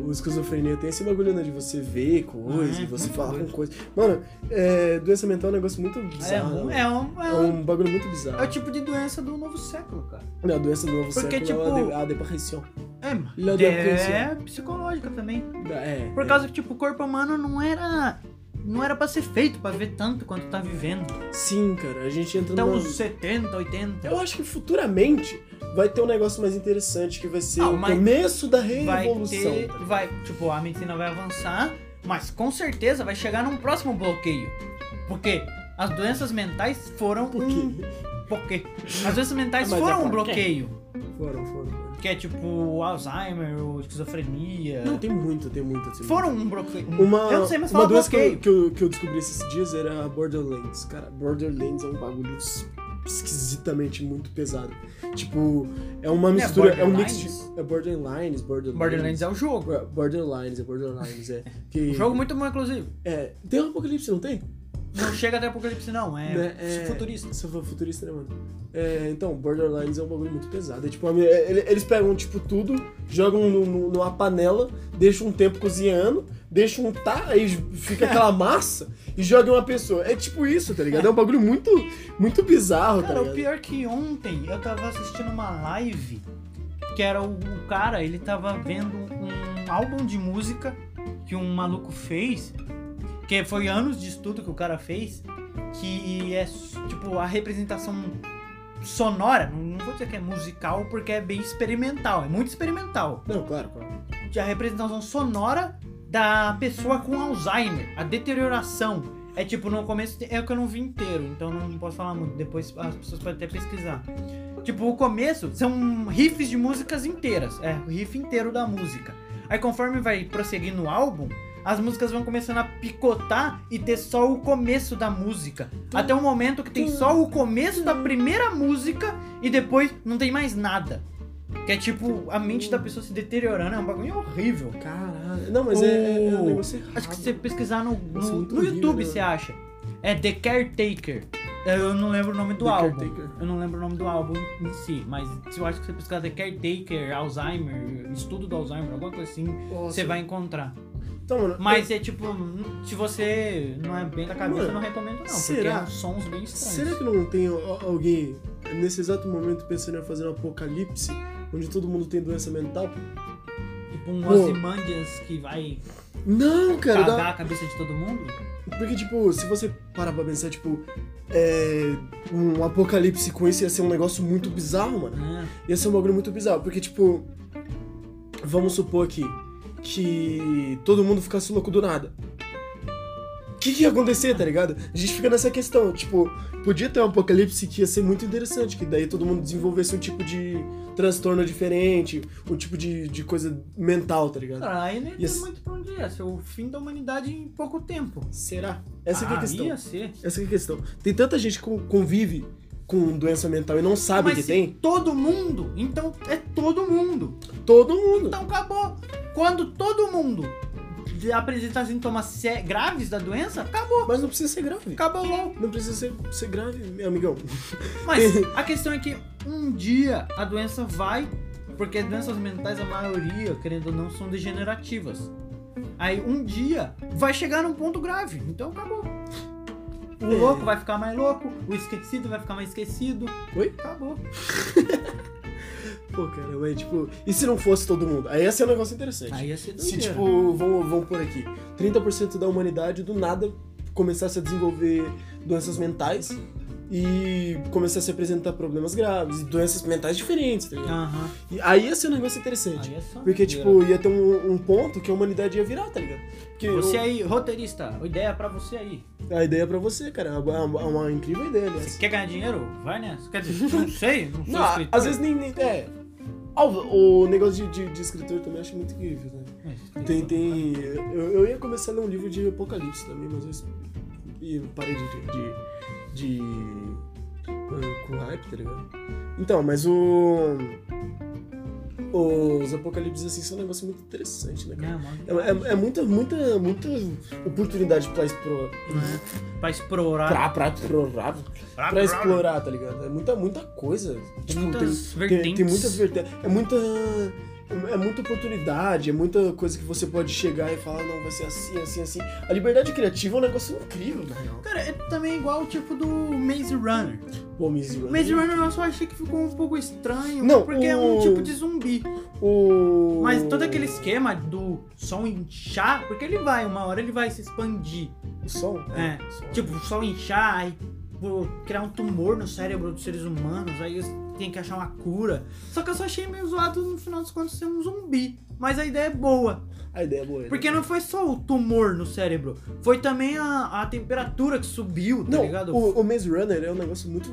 [SPEAKER 2] o, o esquizofrenia tem esse bagulho, né? De você ver coisa,
[SPEAKER 1] Ah, é,
[SPEAKER 2] e você
[SPEAKER 1] muito
[SPEAKER 2] falar com
[SPEAKER 1] doido.
[SPEAKER 2] coisa. Mano, é, doença mental é um negócio muito
[SPEAKER 1] É,
[SPEAKER 2] bizarro.
[SPEAKER 1] um,
[SPEAKER 2] né?
[SPEAKER 1] é, um,
[SPEAKER 2] É
[SPEAKER 1] é, um,
[SPEAKER 2] um bagulho muito
[SPEAKER 1] é o
[SPEAKER 2] bizarro.
[SPEAKER 1] tipo de doença do novo século, cara.
[SPEAKER 2] Não, a doença do novo
[SPEAKER 1] Porque,
[SPEAKER 2] século
[SPEAKER 1] tipo,
[SPEAKER 2] ela de- a depressão.
[SPEAKER 1] É,
[SPEAKER 2] Ele
[SPEAKER 1] mano.
[SPEAKER 2] é depressivo.
[SPEAKER 1] É psicológica também.
[SPEAKER 2] É.
[SPEAKER 1] Por
[SPEAKER 2] é.
[SPEAKER 1] causa que, tipo, o corpo humano não era. Não era pra ser feito pra ver tanto quanto tá vivendo.
[SPEAKER 2] Sim, cara, a gente entra
[SPEAKER 1] Até
[SPEAKER 2] numa-
[SPEAKER 1] uns 70, 80.
[SPEAKER 2] Eu acho que futuramente vai ter um negócio mais interessante que vai ser
[SPEAKER 1] Ah,
[SPEAKER 2] o
[SPEAKER 1] mas
[SPEAKER 2] começo da
[SPEAKER 1] vai
[SPEAKER 2] revolução.
[SPEAKER 1] ter, vai, tipo, a medicina vai avançar, mas com certeza vai chegar num próximo bloqueio. Porque as doenças mentais foram
[SPEAKER 2] Por
[SPEAKER 1] um
[SPEAKER 2] quê?
[SPEAKER 1] porque as doenças mentais
[SPEAKER 2] Mas é
[SPEAKER 1] foram um
[SPEAKER 2] por quê?
[SPEAKER 1] bloqueio,
[SPEAKER 2] Foram, foram.
[SPEAKER 1] que é tipo Alzheimer, ou esquizofrenia.
[SPEAKER 2] Não, tem muito, tem muito. Tem
[SPEAKER 1] Foram um bloqueio.
[SPEAKER 2] Uma,
[SPEAKER 1] eu não sei, mas
[SPEAKER 2] uma
[SPEAKER 1] fala
[SPEAKER 2] doença que eu,
[SPEAKER 1] bloqueio.
[SPEAKER 2] que, eu, que eu descobri esses dias era a Borderlands. Cara, Borderlands é um bagulho es- esquisitamente muito pesado. Tipo, é uma
[SPEAKER 1] Não é
[SPEAKER 2] mistura, é, um mix
[SPEAKER 1] Borderlines?
[SPEAKER 2] de. É Borderlines, Borderlands.
[SPEAKER 1] Borderlands é o jogo.
[SPEAKER 2] É, Borderlines, é Borderlines, é. Que,
[SPEAKER 1] Um jogo muito bom, inclusive.
[SPEAKER 2] é, tem um apocalipse, não tem?
[SPEAKER 1] Não chega até apocalipse, não. É,
[SPEAKER 2] Né, é-
[SPEAKER 1] futurista.
[SPEAKER 2] Você foi futurista, né, mano? É, então, Borderlines é um bagulho muito pesado. É tipo, uma- é, ele- eles pegam, tipo, tudo, jogam no- no- numa panela, deixam um tempo cozinhando, deixam um tá, aí fica aquela massa e jogam uma pessoa. É tipo isso, tá ligado? É um bagulho muito, muito bizarro, tá
[SPEAKER 1] Cara, o
[SPEAKER 2] ligado?
[SPEAKER 1] pior que ontem eu tava assistindo uma live que era o, o cara, ele tava vendo um álbum de música que um maluco fez, que foi anos de estudo que o cara fez, que é tipo a representação sonora, não- não vou dizer que é musical porque é bem experimental, é muito experimental
[SPEAKER 2] Não, claro, claro.
[SPEAKER 1] de a representação sonora da pessoa com Alzheimer, a deterioração. É tipo, no começo é o que eu não vi inteiro, então não posso falar muito. Depois as pessoas podem até pesquisar. Tipo, o começo são riffs de músicas inteiras. É, o riff inteiro da música. Aí conforme vai prosseguindo o álbum, as músicas vão começando a picotar e ter só o começo da música. Até o momento que tem só o começo da primeira música e depois não tem mais nada. Que é tipo, a mente da pessoa se deteriorando, é um bagulho horrível.
[SPEAKER 2] Caralho. Não, mas é, é, é um
[SPEAKER 1] O-
[SPEAKER 2] negócio errado.
[SPEAKER 1] Acho que se você pesquisar no,
[SPEAKER 2] Nossa,
[SPEAKER 1] no,
[SPEAKER 2] muito
[SPEAKER 1] no
[SPEAKER 2] horrível,
[SPEAKER 1] YouTube,
[SPEAKER 2] né?
[SPEAKER 1] você acha. É The Caretaker. Eu não lembro o nome do
[SPEAKER 2] The
[SPEAKER 1] álbum.
[SPEAKER 2] Caretaker.
[SPEAKER 1] Eu não lembro o nome do álbum em si, mas se eu acho que você pesquisar The Caretaker, Alzheimer, estudo do Alzheimer, alguma coisa assim, você vai encontrar.
[SPEAKER 2] Então, mano,
[SPEAKER 1] Mas é tipo, se você não é bem da cabeça,
[SPEAKER 2] Mano,
[SPEAKER 1] eu não recomendo não, porque
[SPEAKER 2] será?
[SPEAKER 1] é uns sons bem estranhos.
[SPEAKER 2] Será que não tem al- alguém nesse exato momento pensando em fazer um apocalipse onde todo mundo tem doença mental?
[SPEAKER 1] Tipo um
[SPEAKER 2] Pô.
[SPEAKER 1] Ozymandias que vai
[SPEAKER 2] Não, cara,
[SPEAKER 1] cagar
[SPEAKER 2] dá-
[SPEAKER 1] a cabeça de todo mundo? né?
[SPEAKER 2] porque tipo, se você parar pra pensar, tipo, é, um apocalipse com isso ia ser um negócio muito bizarro, mano.
[SPEAKER 1] né?
[SPEAKER 2] Ia ser um bagulho muito bizarro, porque tipo, vamos supor aqui que todo mundo ficasse louco do nada. O que, que ia acontecer, tá ligado? A gente fica nessa questão, tipo, podia ter um apocalipse que ia ser muito interessante, que daí todo mundo desenvolvesse um tipo de transtorno diferente, um tipo de, de coisa mental, tá ligado?
[SPEAKER 1] Cara, aí nem
[SPEAKER 2] Ia
[SPEAKER 1] tem
[SPEAKER 2] ser-
[SPEAKER 1] muito pra onde ir. Esse é o fim da humanidade em pouco tempo.
[SPEAKER 2] Será? Essa que é a
[SPEAKER 1] Ah,
[SPEAKER 2] questão.
[SPEAKER 1] Ia ser.
[SPEAKER 2] Essa que é a questão. Tem tanta gente que convive com doença mental e não sabe
[SPEAKER 1] Mas
[SPEAKER 2] que
[SPEAKER 1] se
[SPEAKER 2] tem.
[SPEAKER 1] todo mundo, então é todo mundo.
[SPEAKER 2] Todo mundo.
[SPEAKER 1] Então acabou. Quando todo mundo apresentar sintomas sé- graves da doença, acabou.
[SPEAKER 2] Mas não precisa ser grave.
[SPEAKER 1] Acabou logo.
[SPEAKER 2] Não precisa ser, ser grave, meu amigão.
[SPEAKER 1] Mas a questão é que um dia a doença vai, porque as doenças mentais, a maioria, querendo ou não, são degenerativas. Aí um dia vai chegar num ponto grave, então acabou. O
[SPEAKER 2] É.
[SPEAKER 1] louco vai ficar mais louco, o esquecido vai ficar mais esquecido.
[SPEAKER 2] Oi?
[SPEAKER 1] Acabou.
[SPEAKER 2] Pô, cara, mas tipo, e se não fosse todo mundo? Aí ia ser um negócio interessante.
[SPEAKER 1] Aí ia né? ser
[SPEAKER 2] se,
[SPEAKER 1] doideira.
[SPEAKER 2] tipo, vamos, vamos por aqui: 30% da humanidade do nada começasse a desenvolver doenças mentais e começasse a apresentar problemas graves, doenças mentais diferentes, tá ligado?
[SPEAKER 1] Aham.
[SPEAKER 2] E aí ia ser um negócio interessante.
[SPEAKER 1] Aí é só
[SPEAKER 2] Porque,
[SPEAKER 1] doideira.
[SPEAKER 2] tipo, ia ter um, um ponto que a humanidade ia virar, tá ligado? Porque
[SPEAKER 1] Você
[SPEAKER 2] o-
[SPEAKER 1] aí, roteirista, a ideia é pra você aí.
[SPEAKER 2] a ideia é pra você, cara. É uma, é uma- é uma incrível ideia, aliás.
[SPEAKER 1] Quer ganhar dinheiro? Vai nessa. Quer dizer, não sei, não sou
[SPEAKER 2] Não, a-
[SPEAKER 1] escritor.
[SPEAKER 2] às vezes nem. nem- é. Óbvio, o negócio de, de, de escritor também eu acho muito incrível, né?
[SPEAKER 1] Mas-
[SPEAKER 2] Tem, tem. Eu, eu ia começar a ler um livro de apocalipse também, mas eu es- e eu parei de. de. de, eh, com hype, tá ligado? Então, mas o. Os apocalipses assim são um negócio muito interessante, né, cara?
[SPEAKER 1] É, mano.
[SPEAKER 2] É, é- é muita, muita, muita oportunidade pra explorar.
[SPEAKER 1] É, Pra explorar.
[SPEAKER 2] Pra, pra explorar.
[SPEAKER 1] Pra,
[SPEAKER 2] Pra explorar, tá ligado? É muita, muita coisa. Tipo,
[SPEAKER 1] muitas
[SPEAKER 2] tem, tem,
[SPEAKER 1] vertentes.
[SPEAKER 2] tem muitas vertentes. É muita. É muita oportunidade, é muita coisa que você pode chegar e falar, não, vai ser assim, assim, assim. A liberdade criativa é um negócio incrível, na real.
[SPEAKER 1] Cara, é também igual o tipo do Maze Runner.
[SPEAKER 2] Pô, Maze Runner.
[SPEAKER 1] Maze Runner eu só achei que ficou um pouco estranho.
[SPEAKER 2] Não,
[SPEAKER 1] porque é um
[SPEAKER 2] o-
[SPEAKER 1] tipo de zumbi.
[SPEAKER 2] O...
[SPEAKER 1] Mas todo aquele esquema do som inchar, porque ele vai, uma hora ele vai se expandir.
[SPEAKER 2] O som?
[SPEAKER 1] É.
[SPEAKER 2] o som.
[SPEAKER 1] Tipo, só inchar, aí pô, criar um tumor no cérebro dos seres humanos, aí eles têm que achar uma cura. Só que eu só achei meio zoado no final dos contos ser um zumbi. Mas a ideia é boa.
[SPEAKER 2] A ideia é boa. né?
[SPEAKER 1] Porque não foi só o tumor no cérebro, foi também a, a temperatura que subiu, tá
[SPEAKER 2] Não,
[SPEAKER 1] ligado?
[SPEAKER 2] o, o Maze Runner é um negócio muito,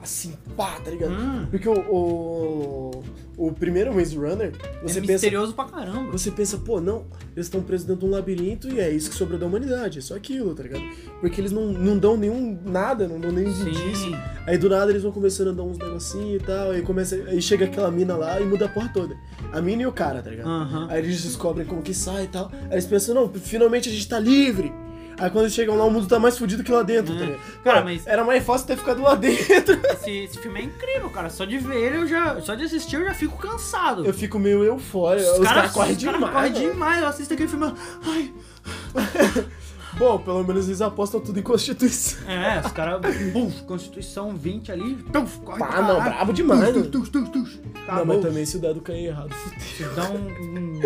[SPEAKER 2] assim, pá, tá ligado?
[SPEAKER 1] Hum,
[SPEAKER 2] Porque o, o, o primeiro Maze Runner, você
[SPEAKER 1] é
[SPEAKER 2] pensa.
[SPEAKER 1] misterioso pra caramba.
[SPEAKER 2] Você pensa, pô, não, eles estão presos dentro de um labirinto e é isso que sobrou da humanidade, é só aquilo, tá ligado? Porque eles não, não dão nenhum nada, não dão nenhum indício.
[SPEAKER 1] Sim.
[SPEAKER 2] Aí do nada eles vão começando a dar uns negocinhos e tal, aí começa. Aí chega aquela mina lá e muda a porra toda. A mina e o cara, tá ligado?
[SPEAKER 1] Aham.
[SPEAKER 2] Aí eles descobrem como que sai e tal. Aí eles pensam, não, finalmente a gente tá livre. Aí quando eles chegam lá, o mundo tá mais fudido que lá dentro, tá
[SPEAKER 1] É.
[SPEAKER 2] ligado?
[SPEAKER 1] Cara,
[SPEAKER 2] Pô,
[SPEAKER 1] mas-
[SPEAKER 2] Era mais fácil ter ficado lá dentro.
[SPEAKER 1] Esse, esse filme é incrível, cara. Só de ver ele eu já. Só de assistir eu já fico cansado.
[SPEAKER 2] Eu fico meio eufórico. Os, caras correm
[SPEAKER 1] os caras
[SPEAKER 2] demais.
[SPEAKER 1] correm
[SPEAKER 2] né?
[SPEAKER 1] demais. Eu assisto aquele filme. eu- Ai,
[SPEAKER 2] Bom, pelo menos eles apostam tudo em Constituição.
[SPEAKER 1] É, os caras. Buf, Constituição 20 ali. Tuf, corre
[SPEAKER 2] Pá,
[SPEAKER 1] pra
[SPEAKER 2] não,
[SPEAKER 1] caralho.
[SPEAKER 2] brabo demais.
[SPEAKER 1] Tuf,
[SPEAKER 2] mano.
[SPEAKER 1] tuf, tuf, tuf.
[SPEAKER 2] Não,
[SPEAKER 1] Acabou.
[SPEAKER 2] mas também se o dado cair errado, fudeu.
[SPEAKER 1] Dá um. um-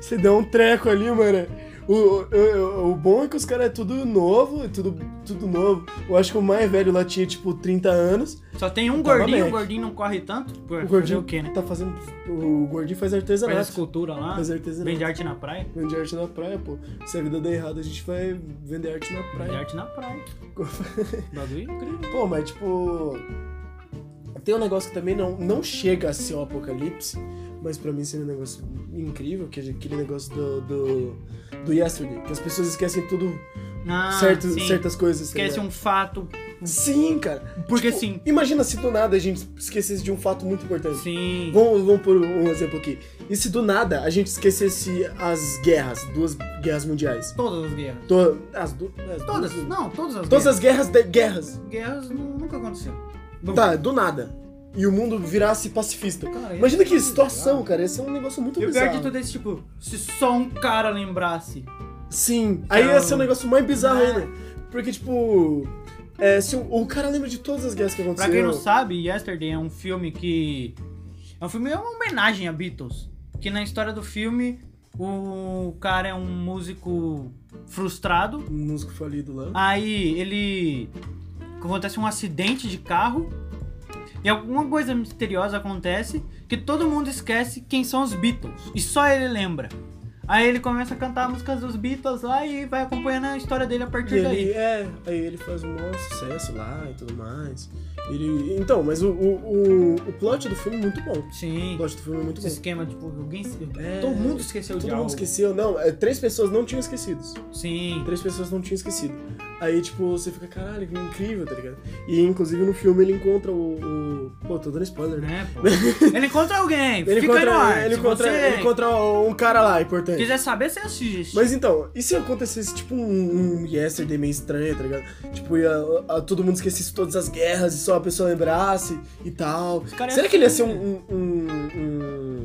[SPEAKER 2] Você dá um treco ali, mano. O, o, o- o bom é que os caras é tudo novo, é tudo, tudo novo. Eu acho que o mais velho lá tinha, tipo, 30 anos.
[SPEAKER 1] Só tem um
[SPEAKER 2] Tá na
[SPEAKER 1] gordinho, o
[SPEAKER 2] média.
[SPEAKER 1] gordinho não corre tanto. Por
[SPEAKER 2] O
[SPEAKER 1] fazer
[SPEAKER 2] gordinho
[SPEAKER 1] o quê, né?
[SPEAKER 2] tá fazendo... O gordinho faz artesanato.
[SPEAKER 1] Faz escultura lá.
[SPEAKER 2] Faz artesanato.
[SPEAKER 1] Vende arte na praia.
[SPEAKER 2] Vende arte na praia, pô. Se a vida der errado, a gente vai vender arte na
[SPEAKER 1] Vende
[SPEAKER 2] praia.
[SPEAKER 1] arte na praia. Bagulho é incrível.
[SPEAKER 2] Pô, mas tipo. Tem um negócio que também não, não chega a ser um apocalipse, mas pra mim seria um negócio incrível, que é aquele negócio do, do, do Yesterday, que as pessoas esquecem tudo,
[SPEAKER 1] Ah,
[SPEAKER 2] certo,
[SPEAKER 1] sim.
[SPEAKER 2] certas coisas. tá
[SPEAKER 1] Esquece
[SPEAKER 2] ligado?
[SPEAKER 1] um fato
[SPEAKER 2] Sim, cara.
[SPEAKER 1] Porque
[SPEAKER 2] Tipo,
[SPEAKER 1] sim.
[SPEAKER 2] Imagina se do nada a gente esquecesse de um fato muito importante.
[SPEAKER 1] Sim.
[SPEAKER 2] Vamos, vamos por um exemplo aqui. E se do nada a gente esquecesse as guerras, duas guerras mundiais?
[SPEAKER 1] Todas as guerras.
[SPEAKER 2] To- as du- as
[SPEAKER 1] Todas.
[SPEAKER 2] duas-
[SPEAKER 1] Não, todas as
[SPEAKER 2] Todas
[SPEAKER 1] guerras.
[SPEAKER 2] as guerras de guerras.
[SPEAKER 1] Guerras nu- nunca aconteceu. Nunca.
[SPEAKER 2] Tá, do nada. E o mundo virasse pacifista.
[SPEAKER 1] Cara, ia
[SPEAKER 2] Imagina
[SPEAKER 1] ser
[SPEAKER 2] que situação,
[SPEAKER 1] bizarro.
[SPEAKER 2] cara. Esse é um negócio muito
[SPEAKER 1] E o pior de
[SPEAKER 2] bizarro.
[SPEAKER 1] tudo é esse tipo, se só um cara lembrasse.
[SPEAKER 2] Sim. Aí ia ser um negócio mais bizarro
[SPEAKER 1] É.
[SPEAKER 2] ainda. Porque, tipo. é, se o, o cara lembra de todas as guerras que
[SPEAKER 1] Pra quem
[SPEAKER 2] aconteceram.
[SPEAKER 1] não sabe, Yesterday é um filme que. É um filme, é uma homenagem a Beatles. Que na história do filme, o cara é um músico frustrado.
[SPEAKER 2] Um músico falido
[SPEAKER 1] Ah,
[SPEAKER 2] lá.
[SPEAKER 1] Aí ele. Acontece um acidente de carro. E alguma coisa misteriosa acontece que todo mundo esquece quem são os Beatles. E só ele lembra. Aí ele começa a cantar músicas dos Beatles lá e vai acompanhando a história dele a
[SPEAKER 2] E
[SPEAKER 1] partir daí.
[SPEAKER 2] ele, é, aí ele faz um maior sucesso lá e tudo mais. Ele, então, mas o, o, o, o plot do filme é muito bom. O
[SPEAKER 1] Sim.
[SPEAKER 2] plot do filme é muito
[SPEAKER 1] Esse
[SPEAKER 2] bom.
[SPEAKER 1] esquema, tipo, alguém. se-
[SPEAKER 2] É,
[SPEAKER 1] todo mundo esqueceu de
[SPEAKER 2] Todo
[SPEAKER 1] algo.
[SPEAKER 2] mundo esqueceu, não. é, Três pessoas não tinham esquecido.
[SPEAKER 1] Sim.
[SPEAKER 2] Três pessoas não tinham esquecido. Aí, tipo, você fica, caralho, que incrível, tá ligado? E, inclusive, no filme ele encontra o... o- Pô, tô dando spoiler, né?
[SPEAKER 1] Né, pô? Ele encontra alguém, fica
[SPEAKER 2] Ele
[SPEAKER 1] aí
[SPEAKER 2] encontra,
[SPEAKER 1] no ar.
[SPEAKER 2] ele,
[SPEAKER 1] Se
[SPEAKER 2] encontra,
[SPEAKER 1] você
[SPEAKER 2] ele encontra um cara lá, importante.
[SPEAKER 1] quiser saber, você assiste.
[SPEAKER 2] Mas então, e se acontecesse tipo um, um yesterday meio estranho, tá ligado? Tipo, ia, a- todo mundo esquecesse todas as guerras e só a pessoa lembrasse e tal.
[SPEAKER 1] caras
[SPEAKER 2] Será
[SPEAKER 1] iam
[SPEAKER 2] que ele ia ser
[SPEAKER 1] ser-
[SPEAKER 2] um, um, um, um-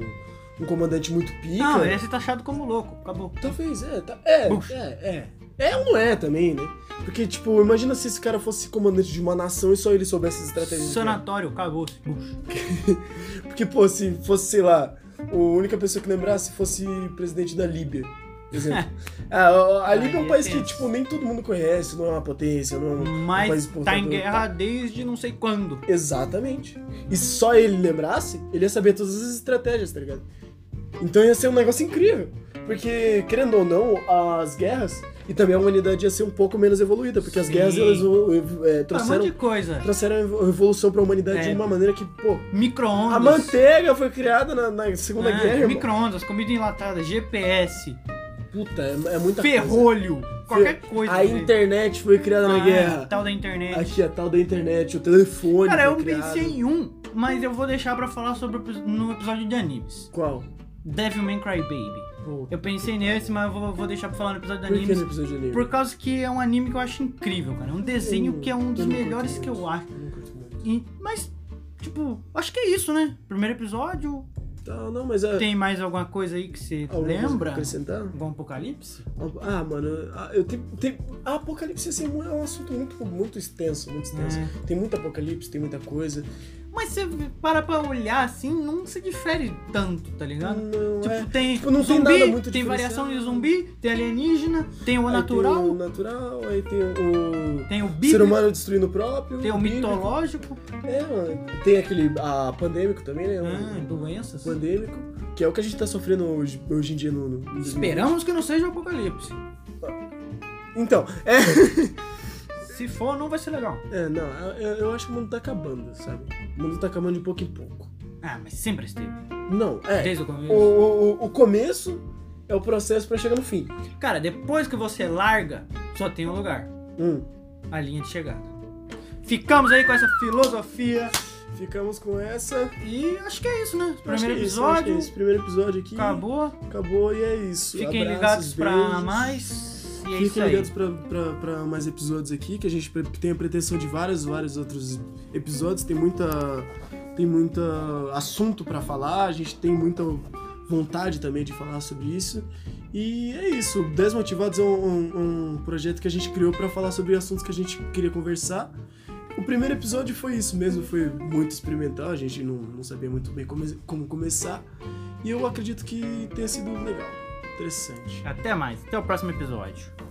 [SPEAKER 2] um comandante muito pica?
[SPEAKER 1] Não, ele ia ser taxado como louco. Acabou.
[SPEAKER 2] Talvez, é, tá- é,
[SPEAKER 1] Puxa.
[SPEAKER 2] é, é. É ou não é também, né? Porque, tipo, imagina se esse cara fosse comandante de uma nação e só ele soubesse as estratégias. de guerra.
[SPEAKER 1] Sanatório, acabou. Puxa.
[SPEAKER 2] Porque, pô, se fosse, sei lá, a única pessoa que lembrasse fosse presidente da Líbia. Por exemplo. Ah, a, a Líbia é
[SPEAKER 1] Aí
[SPEAKER 2] um
[SPEAKER 1] é
[SPEAKER 2] país que,
[SPEAKER 1] tenso.
[SPEAKER 2] tipo, nem todo mundo conhece, não é uma potência, não é um, um
[SPEAKER 1] Mas
[SPEAKER 2] país
[SPEAKER 1] tá em
[SPEAKER 2] exportador,
[SPEAKER 1] guerra
[SPEAKER 2] tá?
[SPEAKER 1] desde não sei quando. Tá, um
[SPEAKER 2] Exatamente. E se só ele lembrasse, ele ia saber todas as estratégias, tá ligado? Então ia ser um negócio incrível. Porque, querendo ou não, as guerras e também a humanidade ia ser um pouco menos evoluída, porque as
[SPEAKER 1] Sim.
[SPEAKER 2] guerras elas evo- evo- é,
[SPEAKER 1] Tá, Um monte de
[SPEAKER 2] trouxeram,
[SPEAKER 1] coisa.
[SPEAKER 2] trouxeram a evo- evolução pra humanidade
[SPEAKER 1] É.
[SPEAKER 2] de uma maneira que, pô, a
[SPEAKER 1] Micro-ondas.
[SPEAKER 2] manteiga foi criada na, na Segunda
[SPEAKER 1] né?
[SPEAKER 2] Guerra. irmão.
[SPEAKER 1] Micro-ondas, comida enlatada, GPS,
[SPEAKER 2] Puta, é, é muita coisa.
[SPEAKER 1] ferrolho, qualquer coisa.
[SPEAKER 2] A
[SPEAKER 1] né?
[SPEAKER 2] internet foi criada na
[SPEAKER 1] Ah,
[SPEAKER 2] guerra.
[SPEAKER 1] Tal da internet.
[SPEAKER 2] Aqui é a tal da internet, o telefone.
[SPEAKER 1] Cara, eu
[SPEAKER 2] foi criado.
[SPEAKER 1] pensei em um, mas eu vou deixar pra falar sobre o epi- no episódio de animes.
[SPEAKER 2] Qual?
[SPEAKER 1] Devilman Crybaby.
[SPEAKER 2] Pô,
[SPEAKER 1] Eu pensei nesse, mas eu vou, vou deixar pra falar no episódio de
[SPEAKER 2] Por que
[SPEAKER 1] animes.
[SPEAKER 2] no episódio de anime?
[SPEAKER 1] Por causa que é um anime que eu acho incrível, cara. É um desenho
[SPEAKER 2] Eu-
[SPEAKER 1] que é um dos
[SPEAKER 2] eu não curto
[SPEAKER 1] melhores que eu
[SPEAKER 2] muito.
[SPEAKER 1] acho.
[SPEAKER 2] Eu não curto muito.
[SPEAKER 1] E- mas, tipo, acho que é isso, né? Primeiro episódio.
[SPEAKER 2] Tá, não, mas é.
[SPEAKER 1] Tem mais alguma coisa aí que você
[SPEAKER 2] alguma coisa pra
[SPEAKER 1] lembra?
[SPEAKER 2] Acrescentar?
[SPEAKER 1] Algum apocalipse?
[SPEAKER 2] Ah, mano, eu- eu tenho. tenho- a Apocalipse assim, é um assunto muito, muito extenso, muito extenso.
[SPEAKER 1] É.
[SPEAKER 2] Tem muito apocalipse, tem muita coisa.
[SPEAKER 1] Mas você para pra olhar assim, não se difere tanto, tá ligado?
[SPEAKER 2] Não,
[SPEAKER 1] Tipo,
[SPEAKER 2] é.
[SPEAKER 1] tem
[SPEAKER 2] Tipo, não tem
[SPEAKER 1] zumbi,
[SPEAKER 2] nada muito
[SPEAKER 1] tem variação de
[SPEAKER 2] diferenciado.
[SPEAKER 1] zumbi, tem alienígena, tem o
[SPEAKER 2] Aí
[SPEAKER 1] natural,
[SPEAKER 2] Tem o natural, aí tem o.
[SPEAKER 1] tem o
[SPEAKER 2] ser
[SPEAKER 1] bíblico,
[SPEAKER 2] humano destruindo o próprio.
[SPEAKER 1] tem o
[SPEAKER 2] bíblico.
[SPEAKER 1] mitológico,
[SPEAKER 2] É, mano. Tem aquele. A pandêmico também, né?
[SPEAKER 1] ah,
[SPEAKER 2] O
[SPEAKER 1] doenças.
[SPEAKER 2] pandêmico. Que é o que a gente tá sofrendo hoje, hoje em dia no. no- no-
[SPEAKER 1] Esperamos que não seja o apocalipse.
[SPEAKER 2] Então, é.
[SPEAKER 1] Se for, não vai ser legal.
[SPEAKER 2] É, não, eu, eu acho que o mundo tá acabando, sabe? O mundo tá acabando de pouco em pouco.
[SPEAKER 1] Ah, mas sempre esteve.
[SPEAKER 2] Não, é.
[SPEAKER 1] Desde o
[SPEAKER 2] O,
[SPEAKER 1] começo.
[SPEAKER 2] o, o- o começo é o processo pra chegar no fim.
[SPEAKER 1] Cara, depois que você larga, só tem um lugar.
[SPEAKER 2] Hum.
[SPEAKER 1] A linha de chegada. Ficamos aí com essa filosofia.
[SPEAKER 2] Ficamos com essa.
[SPEAKER 1] E acho que é isso, né?
[SPEAKER 2] Acho que
[SPEAKER 1] Primeiro
[SPEAKER 2] é isso, acho que é
[SPEAKER 1] episódio.
[SPEAKER 2] isso. Primeiro episódio aqui.
[SPEAKER 1] Acabou.
[SPEAKER 2] Acabou e é isso.
[SPEAKER 1] Fiquem ligados
[SPEAKER 2] Abraços,
[SPEAKER 1] pra
[SPEAKER 2] beijos.
[SPEAKER 1] mais. E é isso
[SPEAKER 2] Fiquem
[SPEAKER 1] aí.
[SPEAKER 2] ligados pra, pra, pra mais episódios aqui, que a gente pre- tem a pretensão de vários, vários outros episódios. Tem muita, tem muita assunto pra falar, a gente tem muita vontade também de falar sobre isso. E é isso. Desmotivados é um, um- um projeto que a gente criou pra falar sobre assuntos que a gente queria conversar. O primeiro episódio foi isso mesmo, foi muito experimental, a gente não, não sabia muito bem como, como começar. E eu acredito que tenha sido legal, interessante.
[SPEAKER 1] Até mais. Até o próximo episódio.